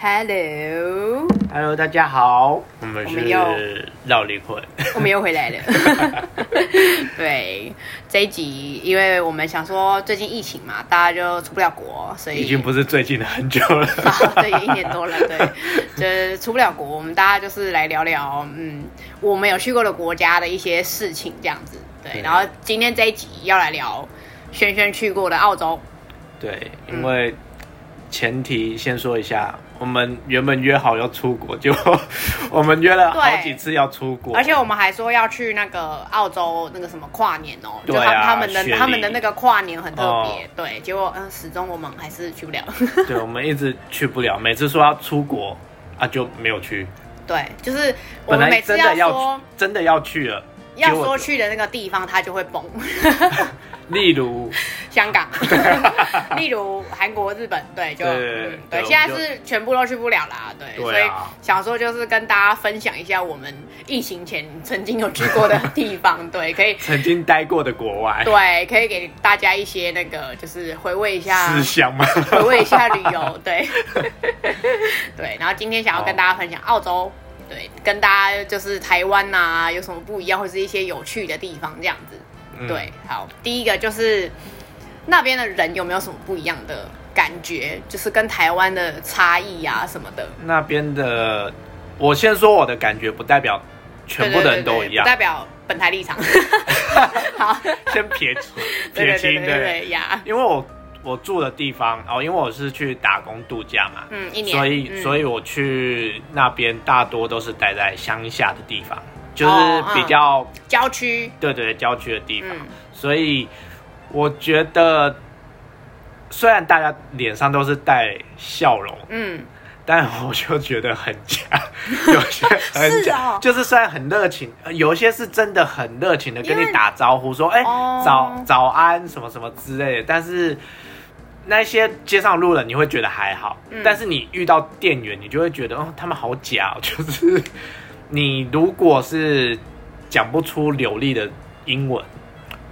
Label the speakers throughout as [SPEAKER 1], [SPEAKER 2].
[SPEAKER 1] Hello，
[SPEAKER 2] Hello，大家好，我们
[SPEAKER 1] 我们又
[SPEAKER 2] 是绕离会，
[SPEAKER 1] 我们又回来了。 对，这一集因为我们想说最近疫情嘛，大家就出不了国，所以啊
[SPEAKER 2] 已 经不是最近的很久了。
[SPEAKER 1] 对，一年多了，对，就是出不了国，我们大家就是来聊聊，嗯，我们有去过的国家的一些事情，这样子，对。
[SPEAKER 2] 对
[SPEAKER 1] 然后今天这一集要来聊轩轩去过的澳洲，
[SPEAKER 2] 对，因为前提先说一下，我们原本约好要出国，结果 我们约了好几次要出国，
[SPEAKER 1] 而且我们还说要去那个澳洲那个什么跨年哦、就
[SPEAKER 2] 对啊
[SPEAKER 1] 他们他们的
[SPEAKER 2] 雪梨
[SPEAKER 1] 他们的那个跨年很特别，
[SPEAKER 2] 哦
[SPEAKER 1] 对。结果嗯，始终我们还是去不了。
[SPEAKER 2] 对我们一直去不了，每次说要出国啊就没有去，
[SPEAKER 1] 对，就是我
[SPEAKER 2] 本
[SPEAKER 1] 们
[SPEAKER 2] 来
[SPEAKER 1] 每次
[SPEAKER 2] 真的
[SPEAKER 1] 要
[SPEAKER 2] 要
[SPEAKER 1] 说
[SPEAKER 2] 去真的要去了，
[SPEAKER 1] 要
[SPEAKER 2] 结果
[SPEAKER 1] 说去的那个地方，它就会 崩。
[SPEAKER 2] 例如
[SPEAKER 1] 香 港，例如韩国、日本，对，就
[SPEAKER 2] 对
[SPEAKER 1] 嗯
[SPEAKER 2] 对
[SPEAKER 1] 对，
[SPEAKER 2] 我们
[SPEAKER 1] 现在
[SPEAKER 2] 就是
[SPEAKER 1] 全部都去不了啦，对，所
[SPEAKER 2] 对
[SPEAKER 1] 以
[SPEAKER 2] 啊
[SPEAKER 1] 想说就是跟大家分享一下我们疫情前曾经有去过的地方，对，可以，
[SPEAKER 2] 曾经待过的国外
[SPEAKER 1] 对，可以给大家一些那个就是回味一下
[SPEAKER 2] 思，想吗？
[SPEAKER 1] 回味一下旅 游，对， 对，然后今天想要跟
[SPEAKER 2] 好
[SPEAKER 1] 大家分享澳洲。对，跟大家就是台湾呐、有什么不一样，或是一些有趣的地方这样子。
[SPEAKER 2] 嗯
[SPEAKER 1] 对，好，第一个就是那边的人有没有什么不一样的感觉，就是跟台湾的差异啊什么的，
[SPEAKER 2] 那边的，我先说我的感觉，不代表全部的人
[SPEAKER 1] 对对
[SPEAKER 2] 都
[SPEAKER 1] 对对
[SPEAKER 2] 一样
[SPEAKER 1] 不，代表本台 立场。好，
[SPEAKER 2] 先撇除
[SPEAKER 1] 对对
[SPEAKER 2] 撇
[SPEAKER 1] 对
[SPEAKER 2] 清
[SPEAKER 1] 对对对呀，
[SPEAKER 2] 因为我我住的地方哦，因为我是去打工度假嘛，
[SPEAKER 1] 嗯，一年，
[SPEAKER 2] 所以、
[SPEAKER 1] 嗯
[SPEAKER 2] 所以我去那边大多都是待在乡下的地方，就是
[SPEAKER 1] 哦嗯
[SPEAKER 2] 比较、
[SPEAKER 1] 郊区，
[SPEAKER 2] 对对对郊区的地方，
[SPEAKER 1] 嗯，
[SPEAKER 2] 所以我觉得虽然大家脸上都是带笑容，
[SPEAKER 1] 嗯，
[SPEAKER 2] 但我就觉得很假， 有 些很
[SPEAKER 1] 是
[SPEAKER 2] 假，
[SPEAKER 1] 哦
[SPEAKER 2] 就是虽然很热情，呃有些是真的很热情的跟
[SPEAKER 1] 因
[SPEAKER 2] 你
[SPEAKER 1] 为
[SPEAKER 2] 打招呼说，哎、
[SPEAKER 1] 哦
[SPEAKER 2] 早早安什么什么之类的，但是。那些街上路人你会觉得还好，
[SPEAKER 1] 嗯
[SPEAKER 2] 但是你遇到店员，你就会觉得哦，他们好假、哦， 就是你如果是讲不出流利的英文，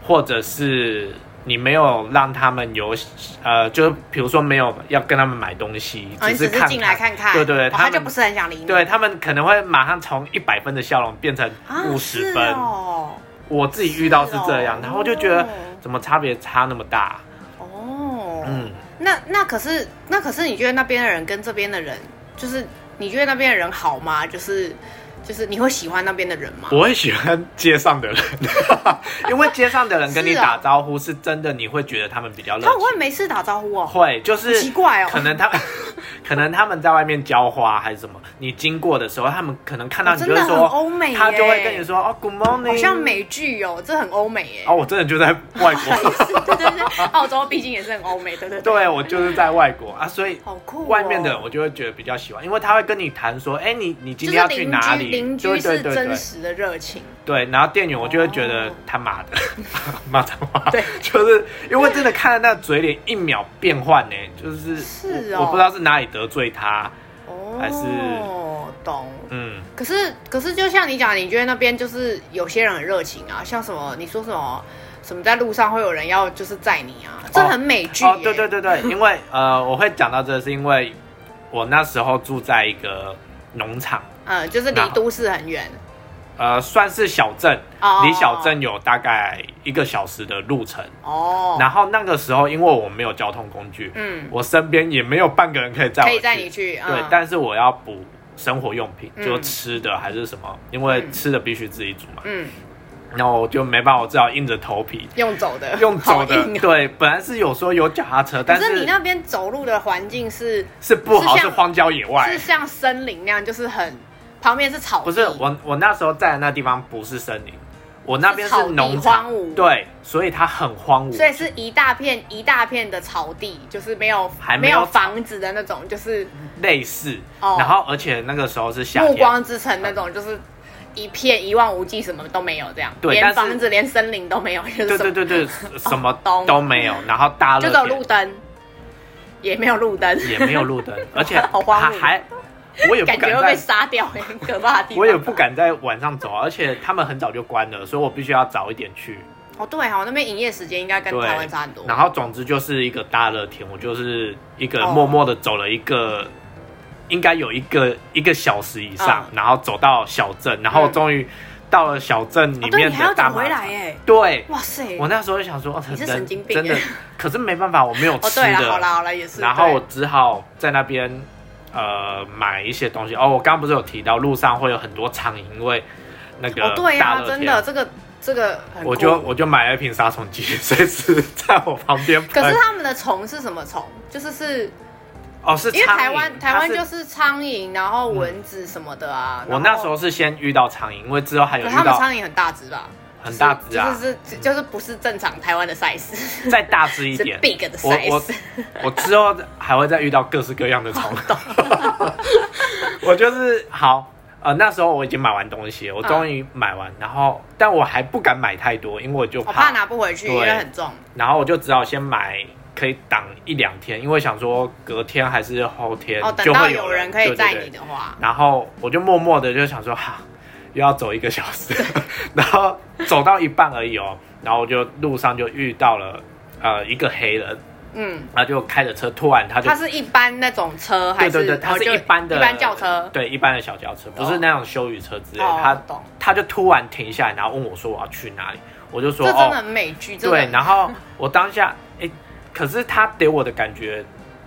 [SPEAKER 2] 或者是你没有让他们有呃，就是比如说没有要跟他们买东西，
[SPEAKER 1] 哦，你
[SPEAKER 2] 是
[SPEAKER 1] 只是
[SPEAKER 2] 看
[SPEAKER 1] 进来看看，
[SPEAKER 2] 对对对
[SPEAKER 1] 哦
[SPEAKER 2] 他
[SPEAKER 1] 他
[SPEAKER 2] 们
[SPEAKER 1] 就不是很想理你，
[SPEAKER 2] 对他们可能会马上从一百分的笑容变成
[SPEAKER 1] 啊，
[SPEAKER 2] 五十
[SPEAKER 1] 是
[SPEAKER 2] 分。
[SPEAKER 1] 哦，
[SPEAKER 2] 我自己遇到是这样，
[SPEAKER 1] 是哦
[SPEAKER 2] 然后我就觉得怎么差别差那么大？
[SPEAKER 1] 哦，
[SPEAKER 2] 嗯，
[SPEAKER 1] 那那可是那可是你觉得那边的人跟这边的人，就是你觉得那边的人好吗？就是就是你会喜欢那边的人吗？
[SPEAKER 2] 我会喜欢街上的人， 因为街上的人跟你
[SPEAKER 1] 是哦
[SPEAKER 2] 打招呼是真的，你会觉得他们比较热
[SPEAKER 1] 他们
[SPEAKER 2] 情。
[SPEAKER 1] 会每次打招呼哦，
[SPEAKER 2] 会，就是
[SPEAKER 1] 奇怪哦
[SPEAKER 2] 可能他， 可能他们在外面浇花还是什么，你经过的时候，他们可能看到
[SPEAKER 1] 哦
[SPEAKER 2] 你
[SPEAKER 1] 真
[SPEAKER 2] 就
[SPEAKER 1] 的
[SPEAKER 2] 会
[SPEAKER 1] 很
[SPEAKER 2] 说，
[SPEAKER 1] 欧美耶，
[SPEAKER 2] 他就会跟你说哦，Good morning，
[SPEAKER 1] 好像美剧哦，这很欧美耶。
[SPEAKER 2] 哦，我真的就在外国，
[SPEAKER 1] 对对对，澳洲毕竟也是很欧美，对对对，
[SPEAKER 2] 对我就是在外国啊，所以
[SPEAKER 1] 好酷哦。
[SPEAKER 2] 外面的我就会觉得比较喜欢，因为他会跟你谈说，哎、你你今
[SPEAKER 1] 就
[SPEAKER 2] 天
[SPEAKER 1] 是
[SPEAKER 2] 要去
[SPEAKER 1] 邻
[SPEAKER 2] 哪
[SPEAKER 1] 居，
[SPEAKER 2] 里？
[SPEAKER 1] 邻居
[SPEAKER 2] 对
[SPEAKER 1] 是
[SPEAKER 2] 对对
[SPEAKER 1] 真
[SPEAKER 2] 对
[SPEAKER 1] 实的热情，
[SPEAKER 2] 对，然后店员我就会觉得
[SPEAKER 1] 哦
[SPEAKER 2] 他妈的 骂脏话，
[SPEAKER 1] 对，
[SPEAKER 2] 就是因为真的看到那嘴脸一秒变换呢、就是
[SPEAKER 1] 是
[SPEAKER 2] 我
[SPEAKER 1] 哦
[SPEAKER 2] 我不知道是哪里得罪他，
[SPEAKER 1] 哦，
[SPEAKER 2] 还是
[SPEAKER 1] 懂。
[SPEAKER 2] 嗯，
[SPEAKER 1] 可是，可是，就像你讲，你觉得那边就是有些人很热情啊，像什么你说什么什么在路上会有人要就是载你啊，这很美剧、耶
[SPEAKER 2] 哦，对对，对对，因为呃，我会讲到这是因为我那时候住在一个农场，
[SPEAKER 1] 嗯，就是离都市很远
[SPEAKER 2] 呃，算是小镇，
[SPEAKER 1] 哦，
[SPEAKER 2] 离小镇有大概一个小时的路程。
[SPEAKER 1] 哦，
[SPEAKER 2] 然后那个时候，因为我没有交通工具，
[SPEAKER 1] 嗯，
[SPEAKER 2] 我身边也没有半个人可以载我
[SPEAKER 1] 可
[SPEAKER 2] 去，
[SPEAKER 1] 以载你去，嗯、
[SPEAKER 2] 对，但是我要补生活用品，
[SPEAKER 1] 嗯
[SPEAKER 2] 就吃的还是什么，因为
[SPEAKER 1] 嗯
[SPEAKER 2] 吃的必须自己煮嘛。
[SPEAKER 1] 嗯，啊
[SPEAKER 2] 然后我就没办法，我只好硬着头 皮
[SPEAKER 1] 用走的，
[SPEAKER 2] 用走的
[SPEAKER 1] 好。硬哦
[SPEAKER 2] 对，本来是有说有脚踏车，但
[SPEAKER 1] 可是你
[SPEAKER 2] 是
[SPEAKER 1] 那边走路的环境是
[SPEAKER 2] 是不好，
[SPEAKER 1] 是
[SPEAKER 2] 是
[SPEAKER 1] 像
[SPEAKER 2] 荒郊野外
[SPEAKER 1] 是。像森林那样，就是很旁边是草地，
[SPEAKER 2] 不是我，我那时候在的那地方不是森林，我那边
[SPEAKER 1] 是草
[SPEAKER 2] 是
[SPEAKER 1] 地
[SPEAKER 2] 农
[SPEAKER 1] 荒
[SPEAKER 2] 场
[SPEAKER 1] 芜，
[SPEAKER 2] 对，所以它很荒
[SPEAKER 1] 所以
[SPEAKER 2] 芜，
[SPEAKER 1] 是一大片一大片的草地，就是没有
[SPEAKER 2] 还
[SPEAKER 1] 没
[SPEAKER 2] 没有
[SPEAKER 1] 有房子的那种，就是
[SPEAKER 2] 类似。
[SPEAKER 1] 哦
[SPEAKER 2] 然后而且那个时候是夏
[SPEAKER 1] 暮
[SPEAKER 2] 天，
[SPEAKER 1] 光之城那
[SPEAKER 2] 嗯
[SPEAKER 1] 种，就是一片一望无际，什么都没有，这样，
[SPEAKER 2] 对但
[SPEAKER 1] 连
[SPEAKER 2] 是
[SPEAKER 1] 房子、连森林都没有，就是
[SPEAKER 2] 对
[SPEAKER 1] 什么哦
[SPEAKER 2] 对 对对，什么
[SPEAKER 1] 懂
[SPEAKER 2] 都没有，然后大热
[SPEAKER 1] 就
[SPEAKER 2] 天
[SPEAKER 1] 只有路灯，也没有路灯，
[SPEAKER 2] 也没有路灯，而且
[SPEAKER 1] 好荒
[SPEAKER 2] 还
[SPEAKER 1] 芜
[SPEAKER 2] 还我也不
[SPEAKER 1] 感
[SPEAKER 2] 敢
[SPEAKER 1] 觉会
[SPEAKER 2] 在
[SPEAKER 1] 被杀掉，很可怕的地方。
[SPEAKER 2] 我也不敢在晚上走啊，而且他们很早就关了，所以我必须要早一点去。
[SPEAKER 1] 哦，对哦，那边营业时间应该跟
[SPEAKER 2] 对
[SPEAKER 1] 台湾差很多。
[SPEAKER 2] 然后总之就是一个大热天，我就是一个
[SPEAKER 1] 哦
[SPEAKER 2] 默默的走了一个应该有一个一个小时以上，
[SPEAKER 1] 嗯
[SPEAKER 2] 然后走到小镇，然后
[SPEAKER 1] 嗯
[SPEAKER 2] 终于到了小镇里
[SPEAKER 1] 哦，对
[SPEAKER 2] 面
[SPEAKER 1] 你还要
[SPEAKER 2] 的大
[SPEAKER 1] 赶
[SPEAKER 2] 马
[SPEAKER 1] 回
[SPEAKER 2] 场。
[SPEAKER 1] 来哎，
[SPEAKER 2] 对，
[SPEAKER 1] 哇塞，
[SPEAKER 2] 我那时候就想说，哦，
[SPEAKER 1] 你是
[SPEAKER 2] 人
[SPEAKER 1] 神经病
[SPEAKER 2] 真的
[SPEAKER 1] 耶，
[SPEAKER 2] 可是没办法，我没有
[SPEAKER 1] 哦
[SPEAKER 2] 吃
[SPEAKER 1] 对了，
[SPEAKER 2] 的，
[SPEAKER 1] 好啦好啦也是，
[SPEAKER 2] 然后我
[SPEAKER 1] 对
[SPEAKER 2] 只好在那边呃买一些东西。哦，我刚刚不是有提到路上会有很多苍蝇，因为那个
[SPEAKER 1] 哦对
[SPEAKER 2] 大
[SPEAKER 1] 呀，
[SPEAKER 2] 热
[SPEAKER 1] 真
[SPEAKER 2] 天
[SPEAKER 1] 的这个这个很
[SPEAKER 2] 我
[SPEAKER 1] 酷
[SPEAKER 2] 就我就买了一瓶杀虫剂， 随时在我旁边喷。
[SPEAKER 1] 可是他们的虫是什么虫？就是是
[SPEAKER 2] 哦，是
[SPEAKER 1] 因为
[SPEAKER 2] 苍
[SPEAKER 1] 台
[SPEAKER 2] 蝇
[SPEAKER 1] 湾
[SPEAKER 2] 它
[SPEAKER 1] 台湾
[SPEAKER 2] 是
[SPEAKER 1] 就是苍蝇，然后蚊子什么的啊。
[SPEAKER 2] 我
[SPEAKER 1] 然
[SPEAKER 2] 那
[SPEAKER 1] 后
[SPEAKER 2] 时候是先遇到苍蝇，因为之后还有
[SPEAKER 1] 可
[SPEAKER 2] 遇
[SPEAKER 1] 是他们
[SPEAKER 2] 到
[SPEAKER 1] 苍蝇很大只吧？
[SPEAKER 2] 很大只啊，
[SPEAKER 1] 就是就是就是不是正常台湾的 size，
[SPEAKER 2] 再大只一
[SPEAKER 1] 是
[SPEAKER 2] 点。
[SPEAKER 1] big 的
[SPEAKER 2] 我我
[SPEAKER 1] size。
[SPEAKER 2] 我之后还会再遇到各式 各样的虫。 我就是好，呃，那时候我已经买完东西了，我终于买完，然后但我还不敢买太多，因为我就
[SPEAKER 1] 嗯我怕拿不回去，
[SPEAKER 2] 对
[SPEAKER 1] 因为很重。哦
[SPEAKER 2] 然后我就只好先买。可以挡一两天，因为想说隔天还是后天
[SPEAKER 1] 哦，等
[SPEAKER 2] 就
[SPEAKER 1] 到
[SPEAKER 2] 会
[SPEAKER 1] 有
[SPEAKER 2] 人
[SPEAKER 1] 人可以
[SPEAKER 2] 对对
[SPEAKER 1] 载
[SPEAKER 2] 对
[SPEAKER 1] 你的话，
[SPEAKER 2] 然后我就默默的就想说，哈、又要走一个小时， 然后走到一半而已哦，然后我就路上就遇到了呃一个黑人，
[SPEAKER 1] 嗯，
[SPEAKER 2] 他就开着车，突然他就
[SPEAKER 1] 它是一般那种车还
[SPEAKER 2] 对
[SPEAKER 1] 是？
[SPEAKER 2] 对对，他
[SPEAKER 1] 哦
[SPEAKER 2] 是
[SPEAKER 1] 就
[SPEAKER 2] 一般的
[SPEAKER 1] 一般轿车。
[SPEAKER 2] 对一般的小轿车，不是那种修理车之类的，
[SPEAKER 1] 哦
[SPEAKER 2] 他
[SPEAKER 1] 懂
[SPEAKER 2] 他就突然停下来，然后问我说我要去哪里，我就
[SPEAKER 1] 这
[SPEAKER 2] 说
[SPEAKER 1] 真的
[SPEAKER 2] 哦
[SPEAKER 1] 很美剧，真
[SPEAKER 2] 对，
[SPEAKER 1] 的。
[SPEAKER 2] 然后我当下哎、可是他给我的感觉。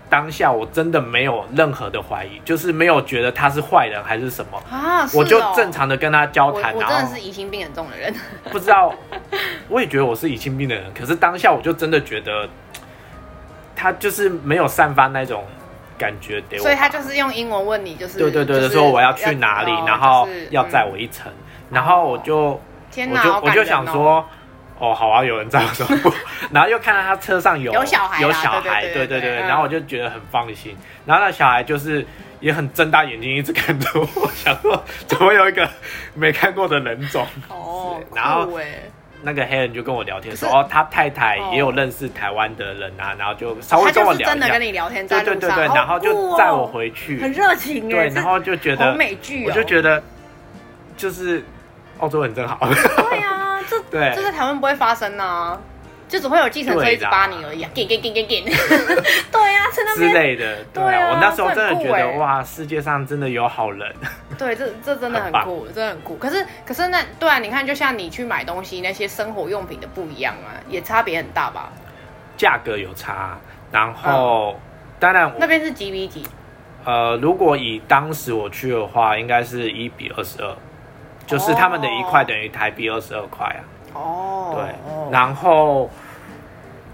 [SPEAKER 2] 当下我真的没有任何的怀疑，就是没有觉得他是坏人还是什么，
[SPEAKER 1] 啊，是
[SPEAKER 2] 我就
[SPEAKER 1] 哦
[SPEAKER 2] 正。常的跟他交
[SPEAKER 1] 我
[SPEAKER 2] 谈，
[SPEAKER 1] 我
[SPEAKER 2] 然
[SPEAKER 1] 真的
[SPEAKER 2] 后
[SPEAKER 1] 是疑心病很重的人，
[SPEAKER 2] 不知道，我也觉得我是疑心病的人，可是当下我就真的觉得他就是没有散发那种感觉给我吧，
[SPEAKER 1] 所以他就是用英文问你，就是
[SPEAKER 2] 对对对
[SPEAKER 1] 就
[SPEAKER 2] 的
[SPEAKER 1] 是
[SPEAKER 2] 说我要去哪里，
[SPEAKER 1] 哦
[SPEAKER 2] 然后
[SPEAKER 1] 就是
[SPEAKER 2] 要载
[SPEAKER 1] 嗯
[SPEAKER 2] 我一程，然后我就
[SPEAKER 1] 天
[SPEAKER 2] 我
[SPEAKER 1] 哪，
[SPEAKER 2] 就
[SPEAKER 1] 好
[SPEAKER 2] 我
[SPEAKER 1] 感
[SPEAKER 2] 就
[SPEAKER 1] 人
[SPEAKER 2] 想
[SPEAKER 1] 哦，
[SPEAKER 2] 说。哦，好啊，有人载我走 路，然后又看到他车上有
[SPEAKER 1] 有小孩啦
[SPEAKER 2] 有小
[SPEAKER 1] 对对
[SPEAKER 2] 孩，
[SPEAKER 1] 对
[SPEAKER 2] 对
[SPEAKER 1] 对
[SPEAKER 2] 对对，
[SPEAKER 1] 对嗯
[SPEAKER 2] 然后我就觉得很放心。然后那小孩就是也很睁大眼睛一直看着我， 想说怎么有一个没看过的人种？
[SPEAKER 1] 哦，酷
[SPEAKER 2] 然后
[SPEAKER 1] 欸
[SPEAKER 2] 那个黑人就跟我聊天说，
[SPEAKER 1] 可是
[SPEAKER 2] 哦，他太太
[SPEAKER 1] 哦
[SPEAKER 2] 也有认识台湾的人啊，然后就稍微
[SPEAKER 1] 他
[SPEAKER 2] 跟我
[SPEAKER 1] 就是
[SPEAKER 2] 聊
[SPEAKER 1] 真
[SPEAKER 2] 一
[SPEAKER 1] 的
[SPEAKER 2] 下
[SPEAKER 1] 跟，你聊天在
[SPEAKER 2] 对
[SPEAKER 1] 路
[SPEAKER 2] 对
[SPEAKER 1] 上，
[SPEAKER 2] 对对，然后就载我回
[SPEAKER 1] 去
[SPEAKER 2] 去
[SPEAKER 1] 很，热情哎，
[SPEAKER 2] 对，然后就觉
[SPEAKER 1] 这
[SPEAKER 2] 得
[SPEAKER 1] 好美剧
[SPEAKER 2] 我
[SPEAKER 1] 哦，
[SPEAKER 2] 就觉得就是澳洲人真好，
[SPEAKER 1] 对啊，这
[SPEAKER 2] 对
[SPEAKER 1] 这在台湾不会发生啊，就只会有计程车一直扒你而已啊，给给给给给， 对啊，在那
[SPEAKER 2] 之
[SPEAKER 1] 边，
[SPEAKER 2] 类的。对
[SPEAKER 1] 对啊
[SPEAKER 2] 我那时候真的
[SPEAKER 1] 这很
[SPEAKER 2] 觉得
[SPEAKER 1] 酷欸
[SPEAKER 2] 哇，世界上真的有好人，
[SPEAKER 1] 对，这这真的很
[SPEAKER 2] 很棒
[SPEAKER 1] 酷，真的很酷。可是可是那对啊，你看，就像你去买东西，那些生活用品的不一样啊，也差别很大吧？
[SPEAKER 2] 价格有差，然后。当然我，
[SPEAKER 1] 嗯那边是几比几？
[SPEAKER 2] 呃，如果以当时我去的话，应该是一比二十二，就是他们的一块
[SPEAKER 1] 哦
[SPEAKER 2] 等于台币二十二块啊。
[SPEAKER 1] 哦，
[SPEAKER 2] 对，
[SPEAKER 1] 那
[SPEAKER 2] 然后，